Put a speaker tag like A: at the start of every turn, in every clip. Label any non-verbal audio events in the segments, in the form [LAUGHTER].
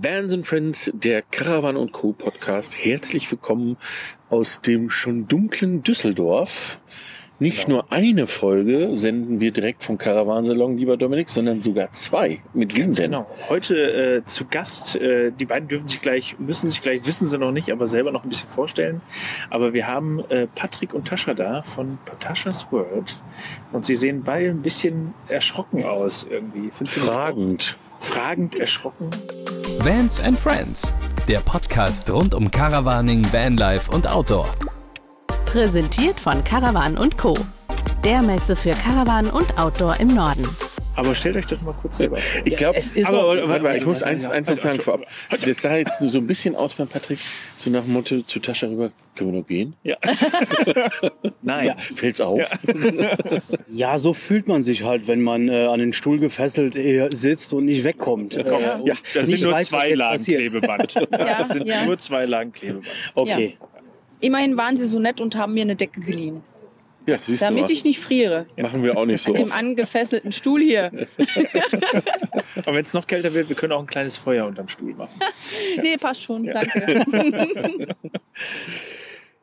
A: Bands and Friends, der Caravan und Co. Podcast. Herzlich willkommen aus dem schon dunklen Düsseldorf. Nicht
B: Genau.
A: nur eine Folge senden wir direkt vom Caravansalon, lieber Dominik, sondern sogar zwei. Mit wem
B: Ganz
A: denn?
B: Genau. Heute äh, zu Gast. Äh, die beiden dürfen sich gleich, müssen sich gleich, wissen sie noch nicht, aber selber noch ein bisschen vorstellen. Aber wir haben äh, Patrick und Tascha da von Taschas World und sie sehen beide ein bisschen erschrocken aus irgendwie. Findest du nicht
A: Fragend.
B: auch? Fragend erschrocken.
C: Vans and Friends, der Podcast rund um Caravaning, Vanlife und Outdoor.
D: Präsentiert von Caravan und Co. Der Messe für Caravan und Outdoor im Norden.
B: Aber stellt euch das mal kurz selber vor.
A: Ich glaube,
B: es ist
A: aber
B: auch-
A: warte, warte mal, ich
B: also,
A: muss
B: also,
A: eins,
B: ja.
A: eins noch
B: Also,
A: sagen vorab.
B: also,
A: Das sah jetzt so ein bisschen aus beim Patrick, so nach dem Motto zu Tascha rüber. Können wir noch gehen? [LAUGHS]
B: Ja. Nein.
A: Fällt's auf?
E: Ja, so fühlt man sich halt, wenn man äh, an den Stuhl gefesselt äh, sitzt und nicht wegkommt. Ja, äh, und
B: Ja, das sind
E: nicht
B: nur
E: weiß, was
B: zwei
E: jetzt
B: Lagen
E: passiert.
B: Klebeband.
F: Ja,
B: das sind
F: ja.
B: nur zwei Lagen Klebeband.
E: Okay.
F: Immerhin waren sie so nett und haben mir eine Decke geliehen,
A: Ja, siehst du
F: damit
A: mal.
F: ich nicht friere.
A: Machen wir auch nicht so
F: An dem
A: oft.
F: angefesselten Stuhl
B: [LAUGHS]
F: hier.
B: Aber wenn es noch kälter wird, wir können auch ein kleines Feuer unterm Stuhl machen.
F: Nee, passt schon, danke.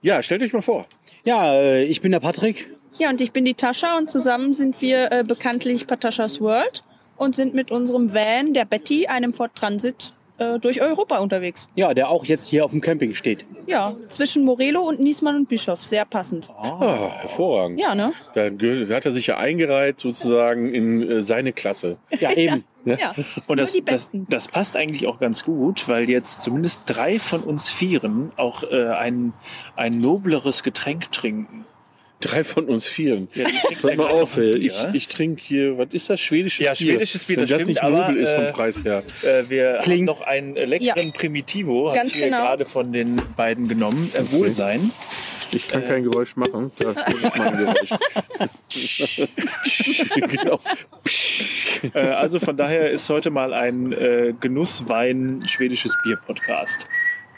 A: Ja, stellt euch mal vor.
E: Ja, äh, ich bin der Patrick.
F: Ja, und ich bin die Tascha und zusammen sind wir äh, bekanntlich Pataschas World und sind mit unserem Van, der Betty, einem Ford Transit, äh, durch Europa unterwegs.
E: Ja, der auch jetzt hier auf dem Camping steht.
F: Ja, zwischen Morelo und Niesmann und Bischof, sehr passend.
A: Ah, hervorragend.
F: Ja, ne?
A: Da, gehört- da hat er sich ja eingereiht sozusagen in äh, seine Klasse.
E: [LAUGHS] Ja, eben.
F: Ja,
B: Und das,
F: nur die
B: das,
F: Besten.
B: das passt eigentlich auch ganz gut, weil jetzt zumindest drei von uns Vieren auch äh, ein, ein nobleres Getränk trinken.
A: Drei von uns vieren.
F: [LAUGHS]
B: Ja, du trinkst
A: Hört
B: ja
A: mal
B: gleich
A: auf,
B: noch ein
A: ey.
B: Bier.
A: ich, ich trinke hier, was ist das? Schwedisches
B: Ja,
A: Bier.
B: schwedisches Bier,
A: Wenn
B: das
A: das
B: stimmt,
A: nicht nobel
B: aber,
A: ist
B: äh,
A: vom Preis her.
B: Äh, wir haben
E: Kling.
B: noch einen leckeren Primitivo, habe
F: Ganz
B: ich hier
F: genau.
B: gerade von den beiden genommen.
A: [LAUGHS]
B: Äh, Wohlsein.
A: Ich kann kein Geräusch machen. Da kommt mein Geräusch. [LAUGHS] genau.
B: äh, also von daher ist heute mal ein äh, Genusswein schwedisches Bier-Podcast.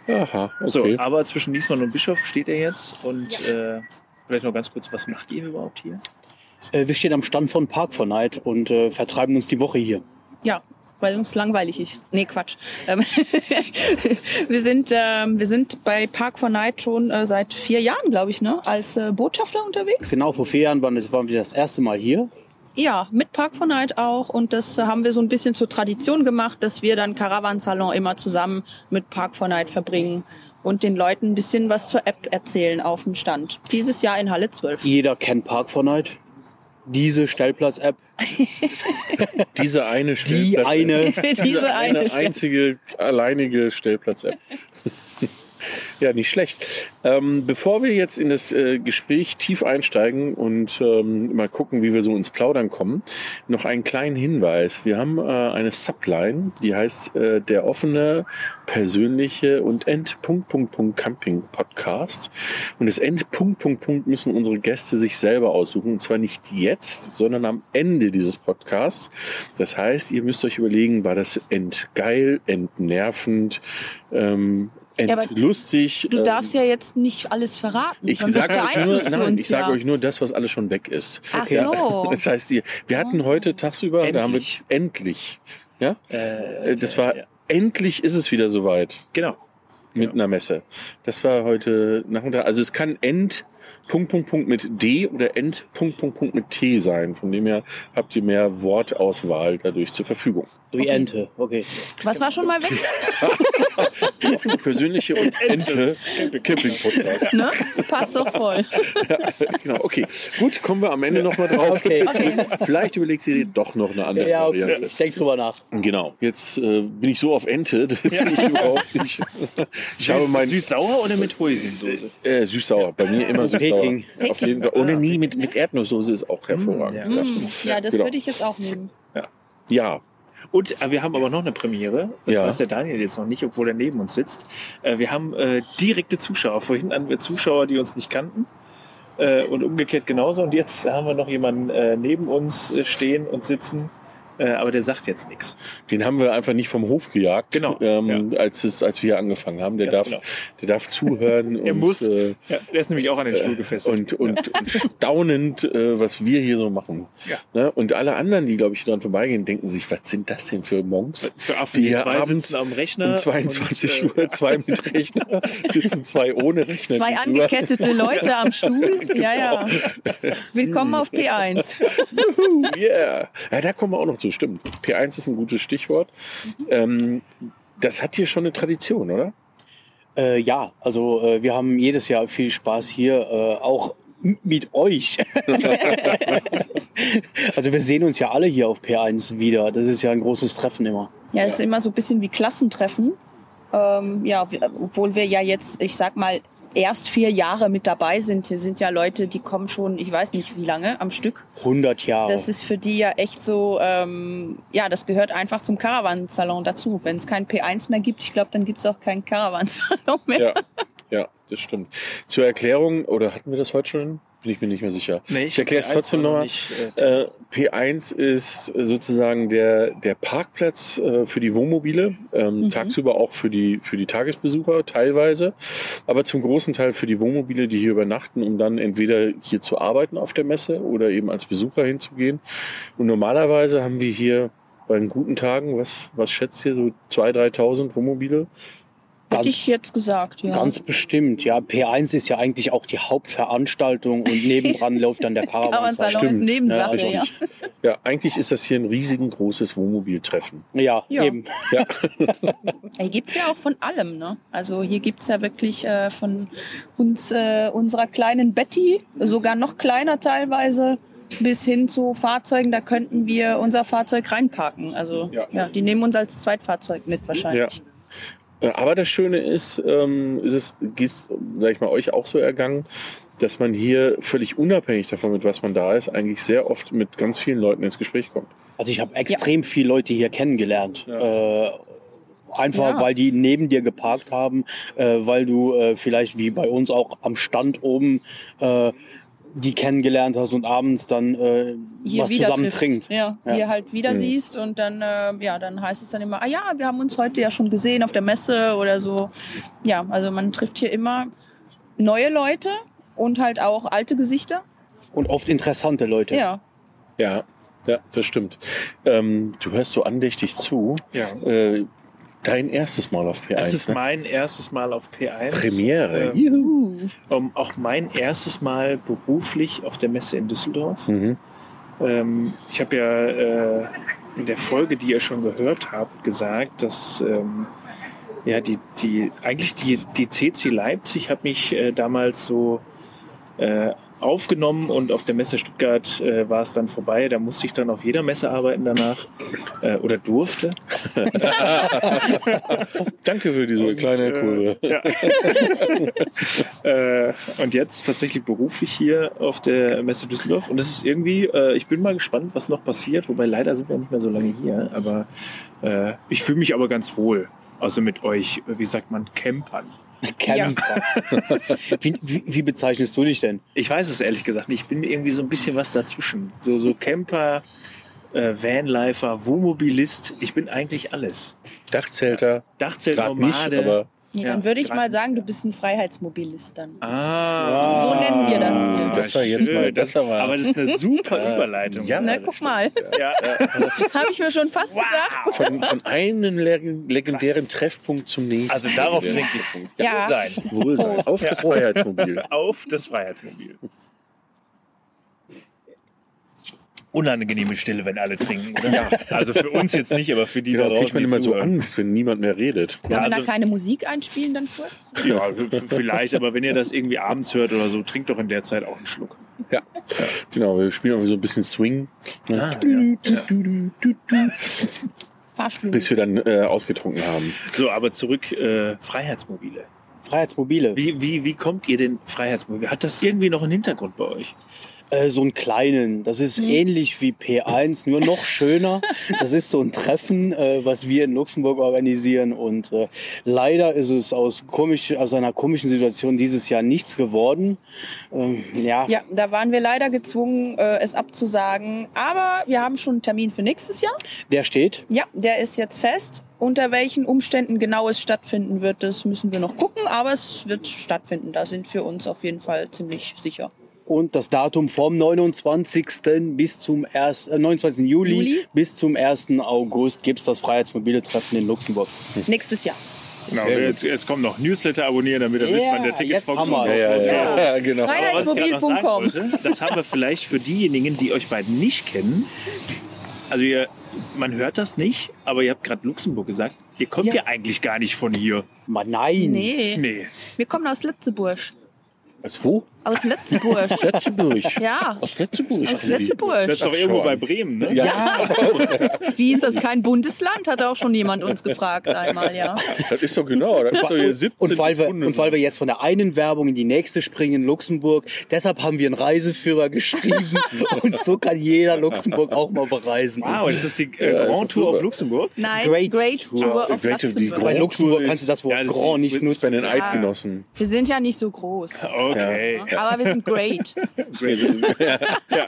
A: Aha,
B: So,
A: okay.
B: aber zwischen Niesmann und Bischof steht er jetzt und äh, vielleicht noch ganz kurz, was macht ihr überhaupt hier?
E: Äh, wir stehen am Stand von Park for Night und äh, vertreiben uns die Woche hier.
F: Ja, weil uns langweilig ist. Nee, Quatsch. Ähm, [LAUGHS] wir, sind, ähm, wir sind bei Park for Night schon äh, seit vier Jahren, glaube ich, ne? als äh, Botschafter unterwegs.
E: Genau vor vier Jahren waren, das, waren wir das erste Mal hier.
F: Ja, mit Park for Night auch. Und das äh, haben wir so ein bisschen zur Tradition gemacht, dass wir dann Caravansalon immer zusammen mit Park for Night verbringen und den Leuten ein bisschen was zur App erzählen auf dem Stand. Dieses Jahr in Halle 12.
E: Jeder kennt Park for Night. Diese Stellplatz-App,
A: Diese eine
E: die
A: Stellplatz.
E: eine.
F: [LAUGHS]
B: [LAUGHS]
F: Diese eine
A: eine
F: Stelle.
A: einzige, alleinige Stellplatz-App. ja, nicht schlecht. Ähm, bevor wir jetzt in das äh, Gespräch tief einsteigen und ähm, mal gucken, wie wir so ins Plaudern kommen, noch einen kleinen Hinweis. Wir haben äh, eine Subline, die heißt äh, der offene, persönliche und End Punkt Punkt Punkt Camping Podcast. Und das End Punkt Punkt Punkt müssen unsere Gäste sich selber aussuchen. Und zwar nicht jetzt, sondern am Ende dieses Podcasts. Das heißt, ihr müsst euch überlegen, war das entgeil, entnervend, ähm,
F: aber
A: entlustig.
F: Du
A: ähm,
F: darfst ja jetzt nicht alles verraten.
A: ich
F: sonst
A: sage euch, nur,
F: beeinflusst du
A: nein,
F: uns
A: ich sag
F: ja.
A: euch nur das, was alles schon weg ist.
F: Ach
A: Ja.
F: so.
A: [LAUGHS]
F: Oh.
A: Das heißt, ihr- wir hatten heute tagsüber, da haben wir
B: Endlich.
A: endlich, ja,
B: Äh,
A: äh, das war
B: ja.
A: endlich ist es wieder soweit
B: Genau.
A: mit einer Messe. Das war heute Nachmittag. Also es kann End Punkt Punkt Punkt mit D oder End Punkt Punkt Punkt mit T sein. Von dem her habt ihr mehr Wortauswahl dadurch zur Verfügung.
E: So wie Ente. Okay.
F: Was war schon mal weg? Ah.
A: Für persönliche
B: [LAUGHS]
A: und Ente Camping Podcast.
F: Ne? [LAUGHS] Passt doch voll.
A: Genau, okay. Gut, kommen wir am Ende nochmal drauf.
E: Okay.
A: Vielleicht überlegt sie dir doch noch eine andere
E: Ja, okay.
A: Variante.
E: Ich denke drüber nach.
A: Genau. Jetzt äh, bin ich so auf Ente, dass ich überhaupt nicht. Ich habe mein
B: Süß-sauer oder mit Huisinsoße?
A: äh, süß-sauer. Bei mir immer süß-sauer.
E: Peking.
A: Auf jeden Fall. Ohne nie mit, mit Erdnusssoße ist auch hervorragend. Ja, stimmt.
F: Ja, das
A: Genau.
F: würde ich jetzt auch nehmen.
A: ja.
B: Und äh, wir haben aber noch eine Premiere. Das
A: Ja.
B: weiß der Daniel jetzt noch nicht, obwohl er neben uns sitzt. Äh, wir haben äh, direkte Zuschauer. Vorhin hatten wir Zuschauer, die uns nicht kannten. Äh, und umgekehrt genauso. Und jetzt haben wir noch jemanden äh, neben uns äh, stehen und sitzen, Äh, aber der sagt jetzt nichts.
A: Den haben wir einfach nicht vom Hof gejagt,
B: Genau,
A: ähm, als, es, als wir hier angefangen haben. Der, darf,
B: Ganz genau.
A: der darf zuhören
B: Er
A: und,
B: muss.
A: äh,
B: Ja, der ist nämlich auch an den Stuhl
A: und,
B: gefesselt. [LAUGHS]
A: und, und staunend, äh, was wir hier so machen.
B: Ja.
A: Ne? Und alle anderen, die, glaube ich, dran vorbeigehen, denken sich, was sind das denn für Monks?
B: für Affen,
A: die
B: die
A: hier
B: zwei
A: abends
B: sitzen am Rechner.
A: Um 22
B: und, äh,
A: Uhr, zwei mit
B: [LAUGHS]
A: Rechner, sitzen zwei ohne Rechner.
F: Zwei
A: gegenüber.
F: angekettete Leute am Stuhl.
A: [LAUGHS]
F: Ja, ja.
A: Genau.
F: Willkommen auf P1.
A: Yeah. Ja, da kommen wir auch noch zu, stimmt. P1 ist ein gutes Stichwort. Ähm, das hat hier schon eine Tradition, oder?
E: Äh, ja, also äh, wir haben jedes Jahr viel Spaß hier, äh, auch m- mit euch. [LAUGHS] also wir sehen uns ja alle hier auf P1 wieder. Das ist ja ein großes Treffen immer.
F: Ja, es ist immer so ein bisschen wie Klassentreffen. Ähm, ja, wir- obwohl wir ja jetzt, ich sag mal, erst vier Jahre mit dabei sind. Hier sind ja Leute, die kommen schon, ich weiß nicht wie lange, am Stück.
E: 100 Jahre.
F: Das ist für die ja echt so, ähm, ja, das gehört einfach zum Caravansalon dazu. Wenn es kein P1 mehr gibt, ich glaube, dann gibt es auch keinen Caravansalon mehr.
A: Ja, ja, das stimmt. Zur Erklärung, oder hatten wir das heute schon? Bin ich mir nicht mehr sicher.
B: Nee,
A: ich erkläre es
B: P1
A: trotzdem
B: war
A: nochmal.
B: nicht, äh,
A: Äh, P1 ist äh, sozusagen der, der Parkplatz äh, für die Wohnmobile, ähm,
B: Mhm.
A: tagsüber auch für die, für die Tagesbesucher teilweise, aber zum großen Teil für die Wohnmobile, die hier übernachten, um dann entweder hier zu arbeiten auf der Messe oder eben als Besucher hinzugehen. Und normalerweise haben wir hier bei den guten Tagen, was, was schätzt ihr, so 2.000, 3.000 Wohnmobile?
E: Ganz-
F: Hätte ich jetzt gesagt, ja.
E: Ganz bestimmt, ja. P1 ist ja eigentlich auch die Hauptveranstaltung
F: [LAUGHS]
E: und nebendran läuft dann der ne,
F: Caravansalon
E: Caravansalon.
A: Stimmt,
F: ist Nebensache,
E: ja,
F: ja.
A: richtig. Ja, eigentlich ist das hier ein riesengroßes Wohnmobiltreffen.
E: Ja,
F: Ja.
E: eben.
F: Hier gibt's ja auch von allem, ne? Also hier gibt's ja wirklich äh, von uns, äh, unserer kleinen Betty, sogar noch kleiner teilweise, bis hin zu Fahrzeugen, da könnten wir unser Fahrzeug reinparken. Also
A: Ja.
F: ja, die nehmen uns als Zweitfahrzeug mit wahrscheinlich.
A: Ja. Äh, Aber das Schöne ist, ähm, ist es ist, sag ich mal, euch auch so ergangen, dass man hier völlig unabhängig davon, mit was man da ist, eigentlich sehr oft mit ganz vielen Leuten ins Gespräch kommt.
E: Also ich habe extrem viele Leute hier kennengelernt. Äh, einfach
F: Ja.
E: weil die neben dir geparkt haben, äh, weil du äh, vielleicht wie bei uns auch am Stand oben äh, die kennengelernt hast und abends dann äh,
F: Hier
E: was
F: wieder
E: zusammen
F: triffst.
E: trinkt.
F: Ja,
E: Ja. Mhm.
F: hier halt wieder siehst und dann, äh, ja, dann heißt es dann immer, ah ja, wir haben uns heute ja schon gesehen auf der Messe oder so. Ja, also man trifft hier immer neue Leute und halt auch alte Gesichter.
E: Und oft interessante Leute.
F: Ja.
A: Ja, ja, das stimmt. Ähm, du hörst so andächtig zu.
B: ja.
A: Äh, dein erstes Mal auf P1.
B: Das ist
A: ne?
B: mein erstes Mal auf P1.
A: Premiere.
B: Ähm, ähm, auch mein erstes Mal beruflich auf der Messe in Düsseldorf.
A: Mhm.
B: Ähm, ich habe ja äh, in der Folge, die ihr schon gehört habt, gesagt, dass ähm, ja die, die eigentlich die, die CC Leipzig hat mich äh, damals so äh, aufgenommen und auf der Messe Stuttgart äh, war es dann vorbei. Da musste ich dann auf jeder Messe arbeiten danach äh, oder durfte.
A: Danke für diese
B: Und,
A: kleine
B: äh,
A: Kurve.
B: Ja. äh, und jetzt tatsächlich beruflich hier auf der Messe Düsseldorf. Und das ist irgendwie, äh, ich bin mal gespannt, was noch passiert. Wobei leider sind wir nicht mehr so lange hier. Aber äh, ich fühle mich aber ganz wohl. Also mit euch, äh, wie sagt man, Campern.
E: Camper. [LAUGHS] wie, wie, wie bezeichnest du dich denn?
B: Ich weiß es ehrlich gesagt nicht. Ich bin irgendwie so ein bisschen was dazwischen. So, so Camper, äh, Vanlifer, Wohnmobilist. Ich bin eigentlich alles.
A: Dachzelter,
B: Dachzelt,
A: gerade nicht,
B: Nomade.
A: aber
F: Nee,
B: Ja,
F: dann würde ich
B: drei-
F: mal sagen, du bist ein Freiheitsmobilist dann.
B: Ah.
F: So nennen wir das hier.
A: Ah, Das war jetzt mal- das war mal-
B: Aber das ist eine super Überleitung.
A: Ja.
F: Na, guck mal.
B: Ja, äh,
F: [LAUGHS] Habe ich mir schon fast gedacht.
A: von, von einem leg- legendären Treffpunkt zum nächsten.
B: also darauf
A: Ja.
B: trinke ich.
F: Ja.
B: Sein.
A: Wohl sein. Auf das Freiheitsmobil.
B: Auf das Freiheitsmobil. Unangenehme Stille, wenn alle trinken. Oder? Ja. Also für uns jetzt nicht, aber für die
A: Genau,
B: da
A: kriegt
B: draußen.
A: man
B: die
A: immer so
B: zuhören.
A: Angst, wenn niemand mehr redet.
F: Kann man da
B: also-
F: keine Musik einspielen dann kurz?
B: Ja, v- vielleicht, aber wenn ihr das irgendwie abends hört oder so, trinkt doch in der Zeit auch einen Schluck.
A: Ja, genau. Wir spielen auch so ein bisschen Swing,
F: Fahrstuhl.
A: bis wir dann äh, ausgetrunken haben.
B: So, aber zurück, äh, Freiheitsmobile.
E: Freiheitsmobile.
B: Wie, wie, wie kommt ihr denn Freiheitsmobile? Hat das irgendwie noch einen Hintergrund bei euch?
E: Äh, so einen kleinen. Das ist
F: Mhm.
E: ähnlich wie P1, nur noch
F: [LAUGHS]
E: schöner. Das ist so ein Treffen, äh, was wir in Luxemburg organisieren. Und äh, leider ist es aus, komisch, aus einer komischen Situation dieses Jahr nichts geworden. Ähm, ja,
F: Ja, da waren wir leider gezwungen, äh, es abzusagen. Aber wir haben schon einen Termin für nächstes Jahr.
E: der steht.
F: Ja, der ist jetzt fest. Unter welchen Umständen genau es stattfinden wird, das müssen wir noch gucken. Aber es wird stattfinden. Da sind wir uns auf jeden Fall ziemlich sicher.
E: Und das Datum vom 29. bis zum 1., äh, 29. Juli,
F: Juli?
E: bis zum 1. August gibt's das Freiheitsmobile Treffen in Luxemburg.
B: Hm.
F: Nächstes Jahr.
B: Genau, jetzt, jetzt kommt noch Newsletter abonnieren, damit ihr
E: Ja,
B: wisst, wann der
E: jetzt
B: Ticketfonds
E: haben wir
B: kommt.
E: es.
A: Ja,
B: Ja.
A: ja, ja, genau.
B: Aber was ich gerade noch sagen
F: Freiheitsmobil.com.
B: wollte, Das haben wir vielleicht für diejenigen, die euch beiden nicht kennen. Also ihr, man hört das nicht, aber ihr habt gerade Luxemburg gesagt. Ihr kommt ja. eigentlich gar nicht von hier.
E: Ma, nein.
F: Nee,
B: Nee.
F: wir kommen aus Letzeburg.
A: Als wo?
F: Aus
B: [LAUGHS]
F: Letzeburg.
A: Letzteburg.
F: ja,
A: Aus Letzteburg.
F: aus Letzeburg.
B: Das ist doch
A: Ach,
B: irgendwo
A: schon.
B: bei Bremen, ne?
A: Ja.
F: [LAUGHS] Wie ist das kein Bundesland? Hat auch schon jemand uns gefragt einmal, ja.
A: das ist doch genau. Das ist doch hier 17.
E: Und weil, wir,
A: Bundes-
E: und weil wir jetzt von der einen Werbung in die nächste springen in Luxemburg, deshalb haben wir einen
B: [LAUGHS]
E: Reiseführer geschrieben und so kann jeder Luxemburg auch mal bereisen.
B: Wow, das ist die äh,
A: Ja, ist
B: Grand
A: doch
B: Tour auf
A: super.
B: Luxemburg.
F: Nein,
E: Great
F: Great,
E: Tour.
F: Tour, of
A: Great Tour, die
F: Luxemburg.
E: Bei
A: Grand
E: Luxemburg kannst du das Wort
B: Ja, das
E: Grand
B: ist-
E: nicht
A: Bei
E: nutzen.
A: den Eidgenossen.
F: Wir sind ja nicht so groß,
B: Okay.
F: aber wir sind great.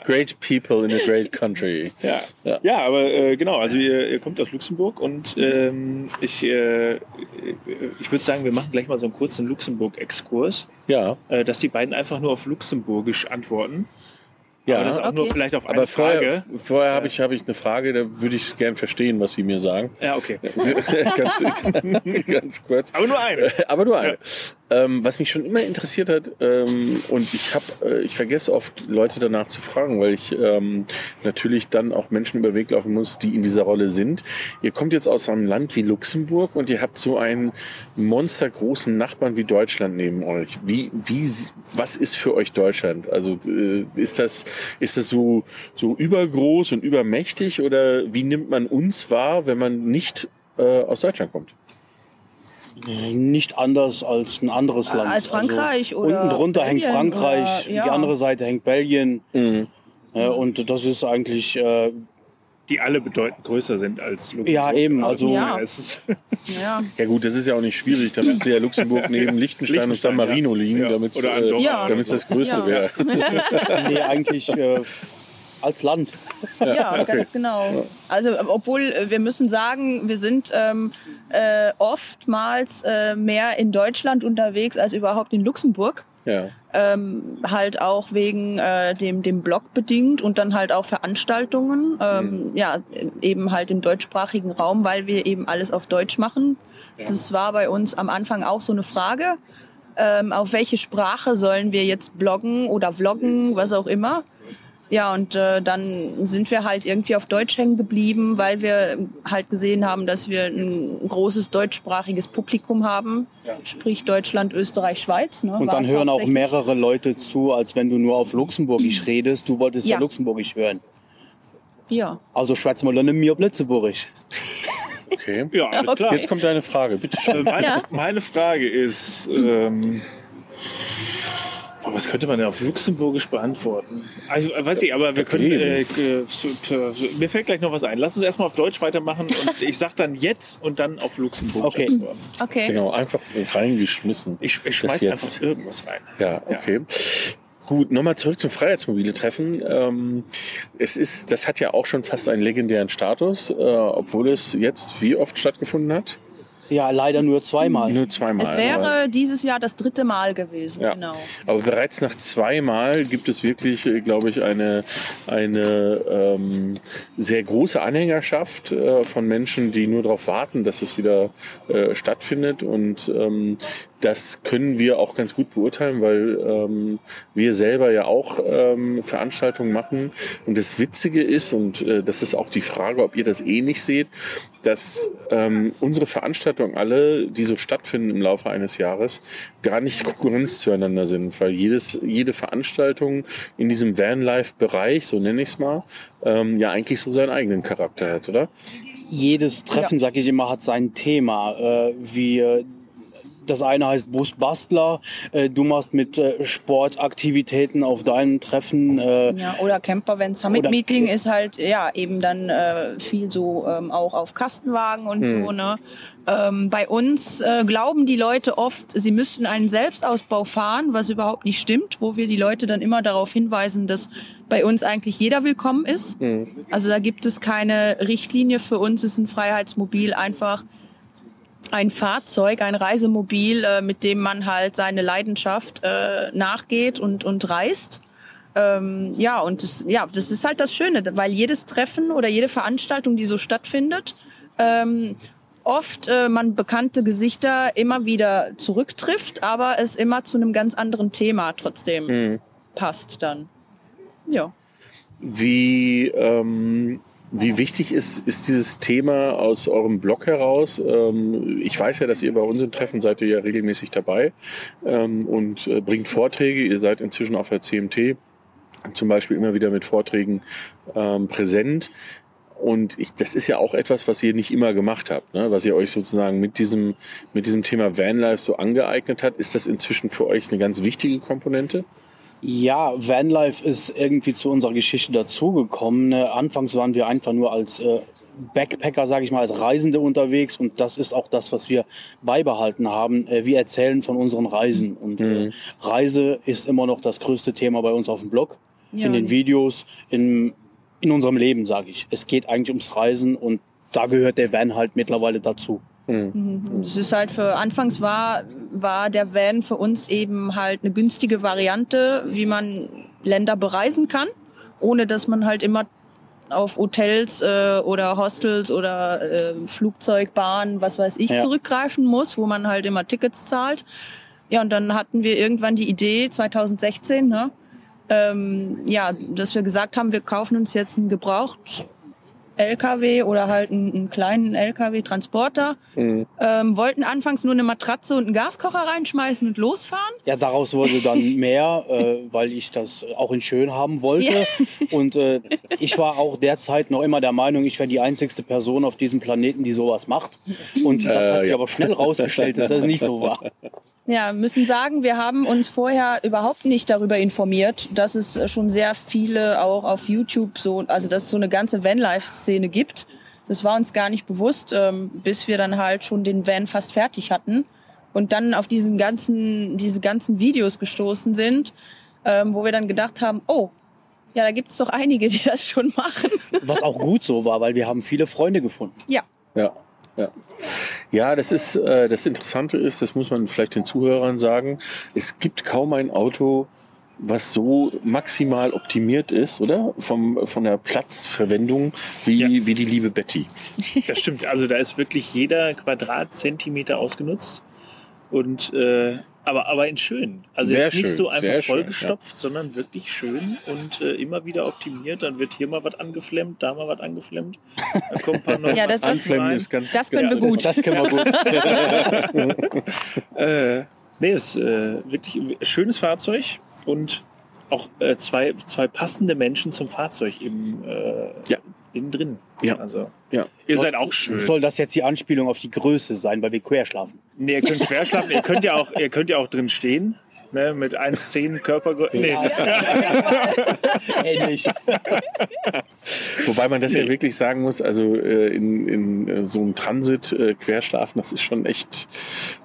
A: Great people in a great country.
B: Ja, ja. aber äh, genau, also ihr, ihr kommt aus Luxemburg und ähm, ich, äh, ich würde sagen, wir machen gleich mal so einen kurzen Luxemburg-Exkurs,
A: Ja,
B: äh, dass die beiden einfach nur auf Luxemburgisch antworten.
A: ja.
B: aber das auch nur
F: Okay.
B: vielleicht auf eine
A: Aber vorher,
B: Frage.
A: vorher habe ich, hab ich eine Frage, da würde ich gern verstehen, was Sie mir sagen. [LAUGHS]
B: Ja, okay.
A: ganz, ganz kurz.
B: Aber nur eine.
A: [LAUGHS] Aber nur eine. Ähm, was mich schon immer interessiert hat, ähm, und ich habe, äh, ich vergesse oft, Leute danach zu fragen, weil ich ähm, natürlich dann auch Menschen über den Weg laufen muss, die in dieser Rolle sind. Ihr kommt jetzt aus einem Land wie Luxemburg und ihr habt so einen monstergroßen Nachbarn wie Deutschland neben euch. Wie, wie, s- was ist für euch Deutschland? Also äh, ist das, ist das so, so übergroß und übermächtig oder wie nimmt man uns wahr, wenn man nicht äh, aus Deutschland kommt?
E: Äh, Nicht anders als ein anderes Land. Also
F: Als Frankreich oder
E: Unten drunter hängt
F: Belgien
E: Frankreich,
F: oder- ja.
E: die andere Seite hängt Belgien.
B: Mhm.
E: Ja, und das ist eigentlich, äh,
B: Die alle bedeutend größer sind als Luxemburg.
E: ja eben, also
F: Ja.
B: es ist,
F: Ja,
A: Ja gut, das ist ja auch nicht schwierig, damit müsste ja
B: [LAUGHS]
A: Luxemburg neben Liechtenstein und San
B: Liechtenstein,
A: Marino
B: ja.
A: liegen,
B: Ja,
A: damit es
B: oder Andorra
A: äh,
F: Ja.
A: damit's das Größte
F: Ja.
A: wäre.
E: nee, eigentlich äh, als Land.
F: ja, ganz genau. Also, obwohl äh, wir müssen sagen, wir sind ähm, äh, oftmals äh, mehr in Deutschland unterwegs als überhaupt in Luxemburg.
A: [LAUGHS] Ja.
F: ähm, halt auch wegen äh, dem, dem Blog bedingt und dann halt auch Veranstaltungen, ähm,
E: Mhm.
F: ja, eben halt im deutschsprachigen Raum, weil wir eben alles auf Deutsch machen. Das war bei uns am Anfang auch so eine Frage. Ähm, auf welche Sprache sollen wir jetzt bloggen oder
E: Mhm.
F: vloggen, was auch immer. Ja, und äh, dann sind wir halt irgendwie auf Deutsch hängen geblieben, weil wir ähm, halt gesehen haben, dass wir ein großes deutschsprachiges Publikum haben, sprich Deutschland, Österreich, Schweiz. Ne,
E: Und
F: war
E: dann
F: es
E: hören auch
F: hauptsächlich.
E: mehrere Leute zu, als wenn du nur auf
F: [CLEARS THROAT]
E: Luxemburgisch redest. Du wolltest ja,
F: Ja.
E: Luxemburgisch hören.
F: Ja.
E: Also schwätz mal dann mir Blitzeburisch.
A: Okay.
B: ja, alles klar. äh,
A: Jetzt kommt deine Frage, bitte schön.
B: Meine,
F: Ja.
B: meine Frage ist, ähm, boah, was könnte man denn auf Luxemburgisch beantworten? Ah, Ich weiß nicht, aber wir können. Äh, äh, mir fällt gleich noch was ein. Lass uns erstmal auf Deutsch weitermachen und ich sag dann jetzt und dann auf Luxemburgisch.
E: Okay.
B: antworten.
F: Okay.
A: Genau, einfach reingeschmissen.
B: Ich, ich
A: Das
B: schmeiß
A: jetzt.
B: einfach irgendwas rein.
A: Ja, okay. Gut, nochmal zurück zum Freiheitsmobile-Treffen. Ähm, es ist, das hat ja auch schon fast einen legendären Status, äh, obwohl es jetzt wie oft stattgefunden hat?
E: Ja, leider nur zweimal.
A: Nur zweimal.
F: Es wäre dieses Jahr das dritte Mal gewesen.
A: Ja.
F: Genau.
A: Aber bereits nach zweimal gibt es wirklich, äh, glaube ich, eine, eine ähm, sehr große Anhängerschaft äh, von Menschen, die nur darauf warten, dass es wieder äh, stattfindet. Und ähm, das können wir auch ganz gut beurteilen, weil ähm, wir selber ja auch ähm, Veranstaltungen machen. Und das Witzige ist, und äh, das ist auch die Frage, ob ihr das ähnlich seht, dass ähm, unsere Veranstaltungen alle, die so stattfinden im Laufe eines Jahres, gar nicht Konkurrenz zueinander sind, weil jedes, jede Veranstaltung in diesem Vanlife-Bereich, so nenne ich es mal, ähm, ja eigentlich so seinen eigenen Charakter hat, oder?
E: Jedes Treffen, sag ich immer, hat sein Thema. Äh, wie äh, das eine heißt Busbastler. Äh, du machst mit äh, Sportaktivitäten auf deinen Treffen. Äh,
F: Ja, oder Camper, wenn Summit
E: Oder-
F: Meeting ist halt ja eben dann äh, viel so ähm, auch auf Kastenwagen und so. Ne? Ähm, bei uns äh, glauben die Leute oft, sie müssten einen Selbstausbau fahren, was überhaupt nicht stimmt, wo wir die Leute dann immer darauf hinweisen, dass bei uns eigentlich jeder willkommen ist. Also da gibt es keine Richtlinie. Für uns ist ein Freiheitsmobil einfach ein Fahrzeug, ein Reisemobil, äh, mit dem man halt seine Leidenschaft äh, nachgeht und, und reist. Ähm, ja, und das, ja, das ist halt das Schöne, weil jedes Treffen oder jede Veranstaltung, die so stattfindet, ähm, oft äh, man bekannte Gesichter immer wieder zurücktrifft, aber es immer zu einem ganz anderen Thema trotzdem passt dann. Ja.
A: Wie, ähm, wie wichtig ist, ist dieses Thema aus eurem Blog heraus? Ähm, ich weiß ja, dass ihr bei unseren Treffen seid ihr ja regelmäßig dabei ähm, und äh, bringt Vorträge. Ihr seid inzwischen auf der CMT zum Beispiel immer wieder mit Vorträgen ähm, präsent. Und ich, das ist ja auch etwas, was ihr nicht immer gemacht habt, ne? was ihr euch sozusagen mit diesem, mit diesem Thema Vanlife so angeeignet hat. Ist das inzwischen für euch eine ganz wichtige Komponente?
E: Ja, Vanlife ist irgendwie zu unserer Geschichte dazugekommen. Ne? Anfangs waren wir einfach nur als äh, Backpacker, sage ich mal, als Reisende unterwegs und das ist auch das, was wir beibehalten haben. Äh, wir erzählen von unseren Reisen und äh, Reise ist immer noch das größte Thema bei uns auf dem Blog,
F: Ja.
E: in den Videos, in, in unserem Leben, sage ich. Es geht eigentlich ums Reisen und da gehört der Van halt mittlerweile dazu.
F: Es ist halt für anfangs war war der Van für uns eben halt eine günstige Variante, wie man Länder bereisen kann, ohne dass man halt immer auf Hotels äh, oder Hostels oder äh, Flugzeug, Bahn, was weiß ich,
E: Ja.
F: zurückgreifen muss, wo man halt immer Tickets zahlt. Ja, und dann hatten wir irgendwann die Idee 2016, ne? Ähm, ja, dass wir gesagt haben, wir kaufen uns jetzt einen gebraucht LKW oder halt einen, einen kleinen LKW-Transporter. Ähm, wollten anfangs nur eine Matratze und einen Gaskocher reinschmeißen und losfahren.
E: Ja, daraus wurde dann mehr, äh, weil ich das auch in schön haben wollte. Und äh, ich war auch derzeit noch immer der Meinung, ich wäre die einzigste Person auf diesem Planeten, die sowas macht. Und das
A: Äh,
E: hat sich
A: ja.
E: aber schnell rausgestellt, dass das nicht so war.
F: Ja, müssen sagen, wir haben uns vorher überhaupt nicht darüber informiert, dass es äh, schon sehr viele auch auf YouTube so, also dass es so eine ganze Vanlife-Szene gibt. Das war uns gar nicht bewusst, ähm, bis wir dann halt schon den Van fast fertig hatten und dann auf diesen ganzen, diese ganzen Videos gestoßen sind, ähm, wo wir dann gedacht haben, oh, ja, da gibt's doch einige, die das schon machen.
E: Was auch gut so war, weil wir haben viele Freunde gefunden.
F: Ja.
A: Ja. Ja, ja das, ist, äh, das Interessante ist, das muss man vielleicht den Zuhörern sagen, es gibt kaum ein Auto, was so maximal optimiert ist, oder? Vom, von der Platzverwendung wie,
B: Ja.
A: wie die liebe Betty.
B: Das stimmt. Also da ist wirklich jeder Quadratzentimeter ausgenutzt. Und äh, aber, aber in schön. Also
A: Sehr
B: jetzt nicht
A: schön,
B: so einfach
A: sehr schön,
B: vollgestopft, sondern wirklich schön und äh, immer wieder optimiert. Dann wird hier mal was angeflemmt, da mal was angeflemmt. Dann kommt ein paar
F: [LAUGHS]
B: neue
F: Ja, das- das-
B: Matratzen rein.
A: ganz.
F: Das können wir
A: ganz-
F: gut.
E: Das können wir gut.
B: Äh, nee, ist äh, wirklich ein schönes Fahrzeug und auch äh, zwei, zwei passende Menschen zum Fahrzeug im, äh,
A: Ja.
B: innen drin.
A: Ja.
B: Also,
A: Ja.
B: ihr seid auch schön.
E: Soll das jetzt die Anspielung auf die Größe sein, weil wir quer schlafen?
B: Nee, ihr könnt querschlafen, ihr könnt ja auch, ihr könnt ja auch drin stehen. Ne, mit 1,10 Körpergröße. Nee,
E: Ähnlich.
A: Wobei man das ja wirklich sagen muss, also äh, in, in äh, so einem Transit äh, Querschlafen, das ist schon echt,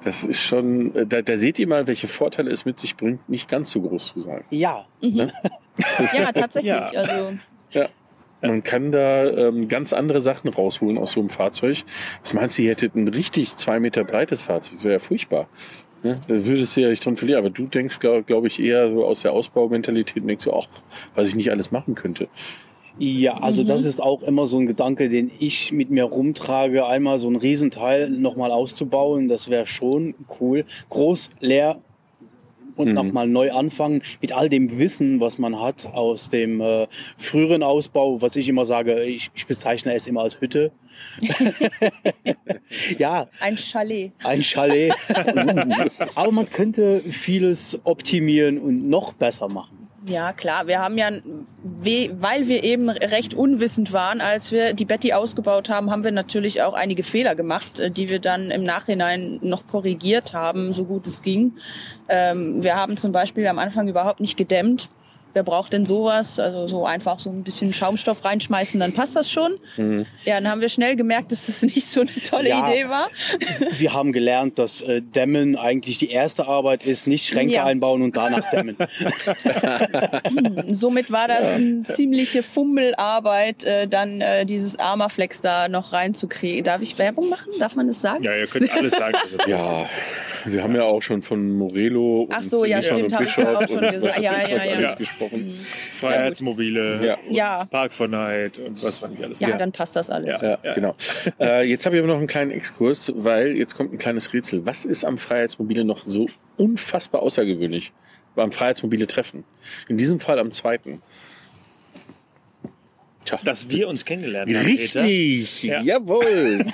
A: das ist schon, äh, da, da seht ihr mal, welche Vorteile es mit sich bringt, nicht ganz so groß zu sein.
E: Ja,
F: Ja, tatsächlich.
B: Ja.
F: Also,
A: Man kann da ähm, ganz andere Sachen rausholen aus so einem Fahrzeug. Was meinst du, ihr hättet ein richtig zwei Meter breites Fahrzeug? Das wäre ja furchtbar. Ne? Da würdest du ja nicht dran verlieren. Aber du denkst, glaube glaub ich, eher so aus der Ausbaumentalität und denkst so, ach, was ich nicht alles machen könnte.
E: Ja, also das ist auch immer so ein Gedanke, den ich mit mir rumtrage, einmal so ein Riesenteil nochmal auszubauen, das wäre schon cool. Groß, leer und nochmal neu anfangen mit all dem Wissen, was man hat aus dem äh, früheren Ausbau, was ich immer sage, ich, ich bezeichne es immer als Hütte. ja,
F: ein Chalet.
E: ein Chalet. Aber man könnte vieles optimieren und noch besser machen.
F: Ja, klar. Wir haben ja, we- weil wir eben recht unwissend waren, als wir die Betty ausgebaut haben, haben wir natürlich auch einige Fehler gemacht, äh, die wir dann im Nachhinein noch korrigiert haben, so gut es ging. Ähm, wir haben zum Beispiel am Anfang überhaupt nicht gedämmt. Wer braucht denn sowas? Also so einfach so ein bisschen Schaumstoff reinschmeißen, dann passt das schon. Ja, dann haben wir schnell gemerkt, dass das [LAUGHS] nicht so eine tolle
E: Ja.
F: Idee war.
E: Wir haben gelernt, dass äh, Dämmen eigentlich die erste Arbeit ist, nicht Schränke
F: Ja.
E: einbauen und danach
F: [LAUGHS]
E: dämmen.
F: Somit war das eine ziemliche Fummelarbeit, äh, dann äh, dieses Armaflex da noch reinzukriegen. Darf ich Werbung machen? Darf man das sagen?
B: Ja, ihr könnt alles sagen. was ihr sagt.
A: Ja, wir haben ja auch schon von Morello und
F: Ach so, ja,
A: Liefern
F: stimmt,
A: und
F: hab ich ja auch
A: Bischof
F: schon
A: und was
F: gesagt.
A: weiß
F: Ja,
A: ich,
F: ja,
A: was
F: ja.
A: alles
B: Ja.
A: gesprochen.
B: Freiheitsmobile,
A: Ja.
B: und
F: Ja.
B: Park for Night und was weiß ich alles.
F: Ja, dann passt das alles.
A: Ja, genau. Äh, jetzt habe ich aber noch einen kleinen Exkurs, weil jetzt kommt ein kleines Rätsel. Was ist am Freiheitsmobile noch so unfassbar außergewöhnlich? Beim Freiheitsmobile Treffen. In diesem Fall am zweiten. Tja.
B: Dass wir uns kennengelernt haben. Peter.
A: Richtig,
B: Ja.
A: jawohl.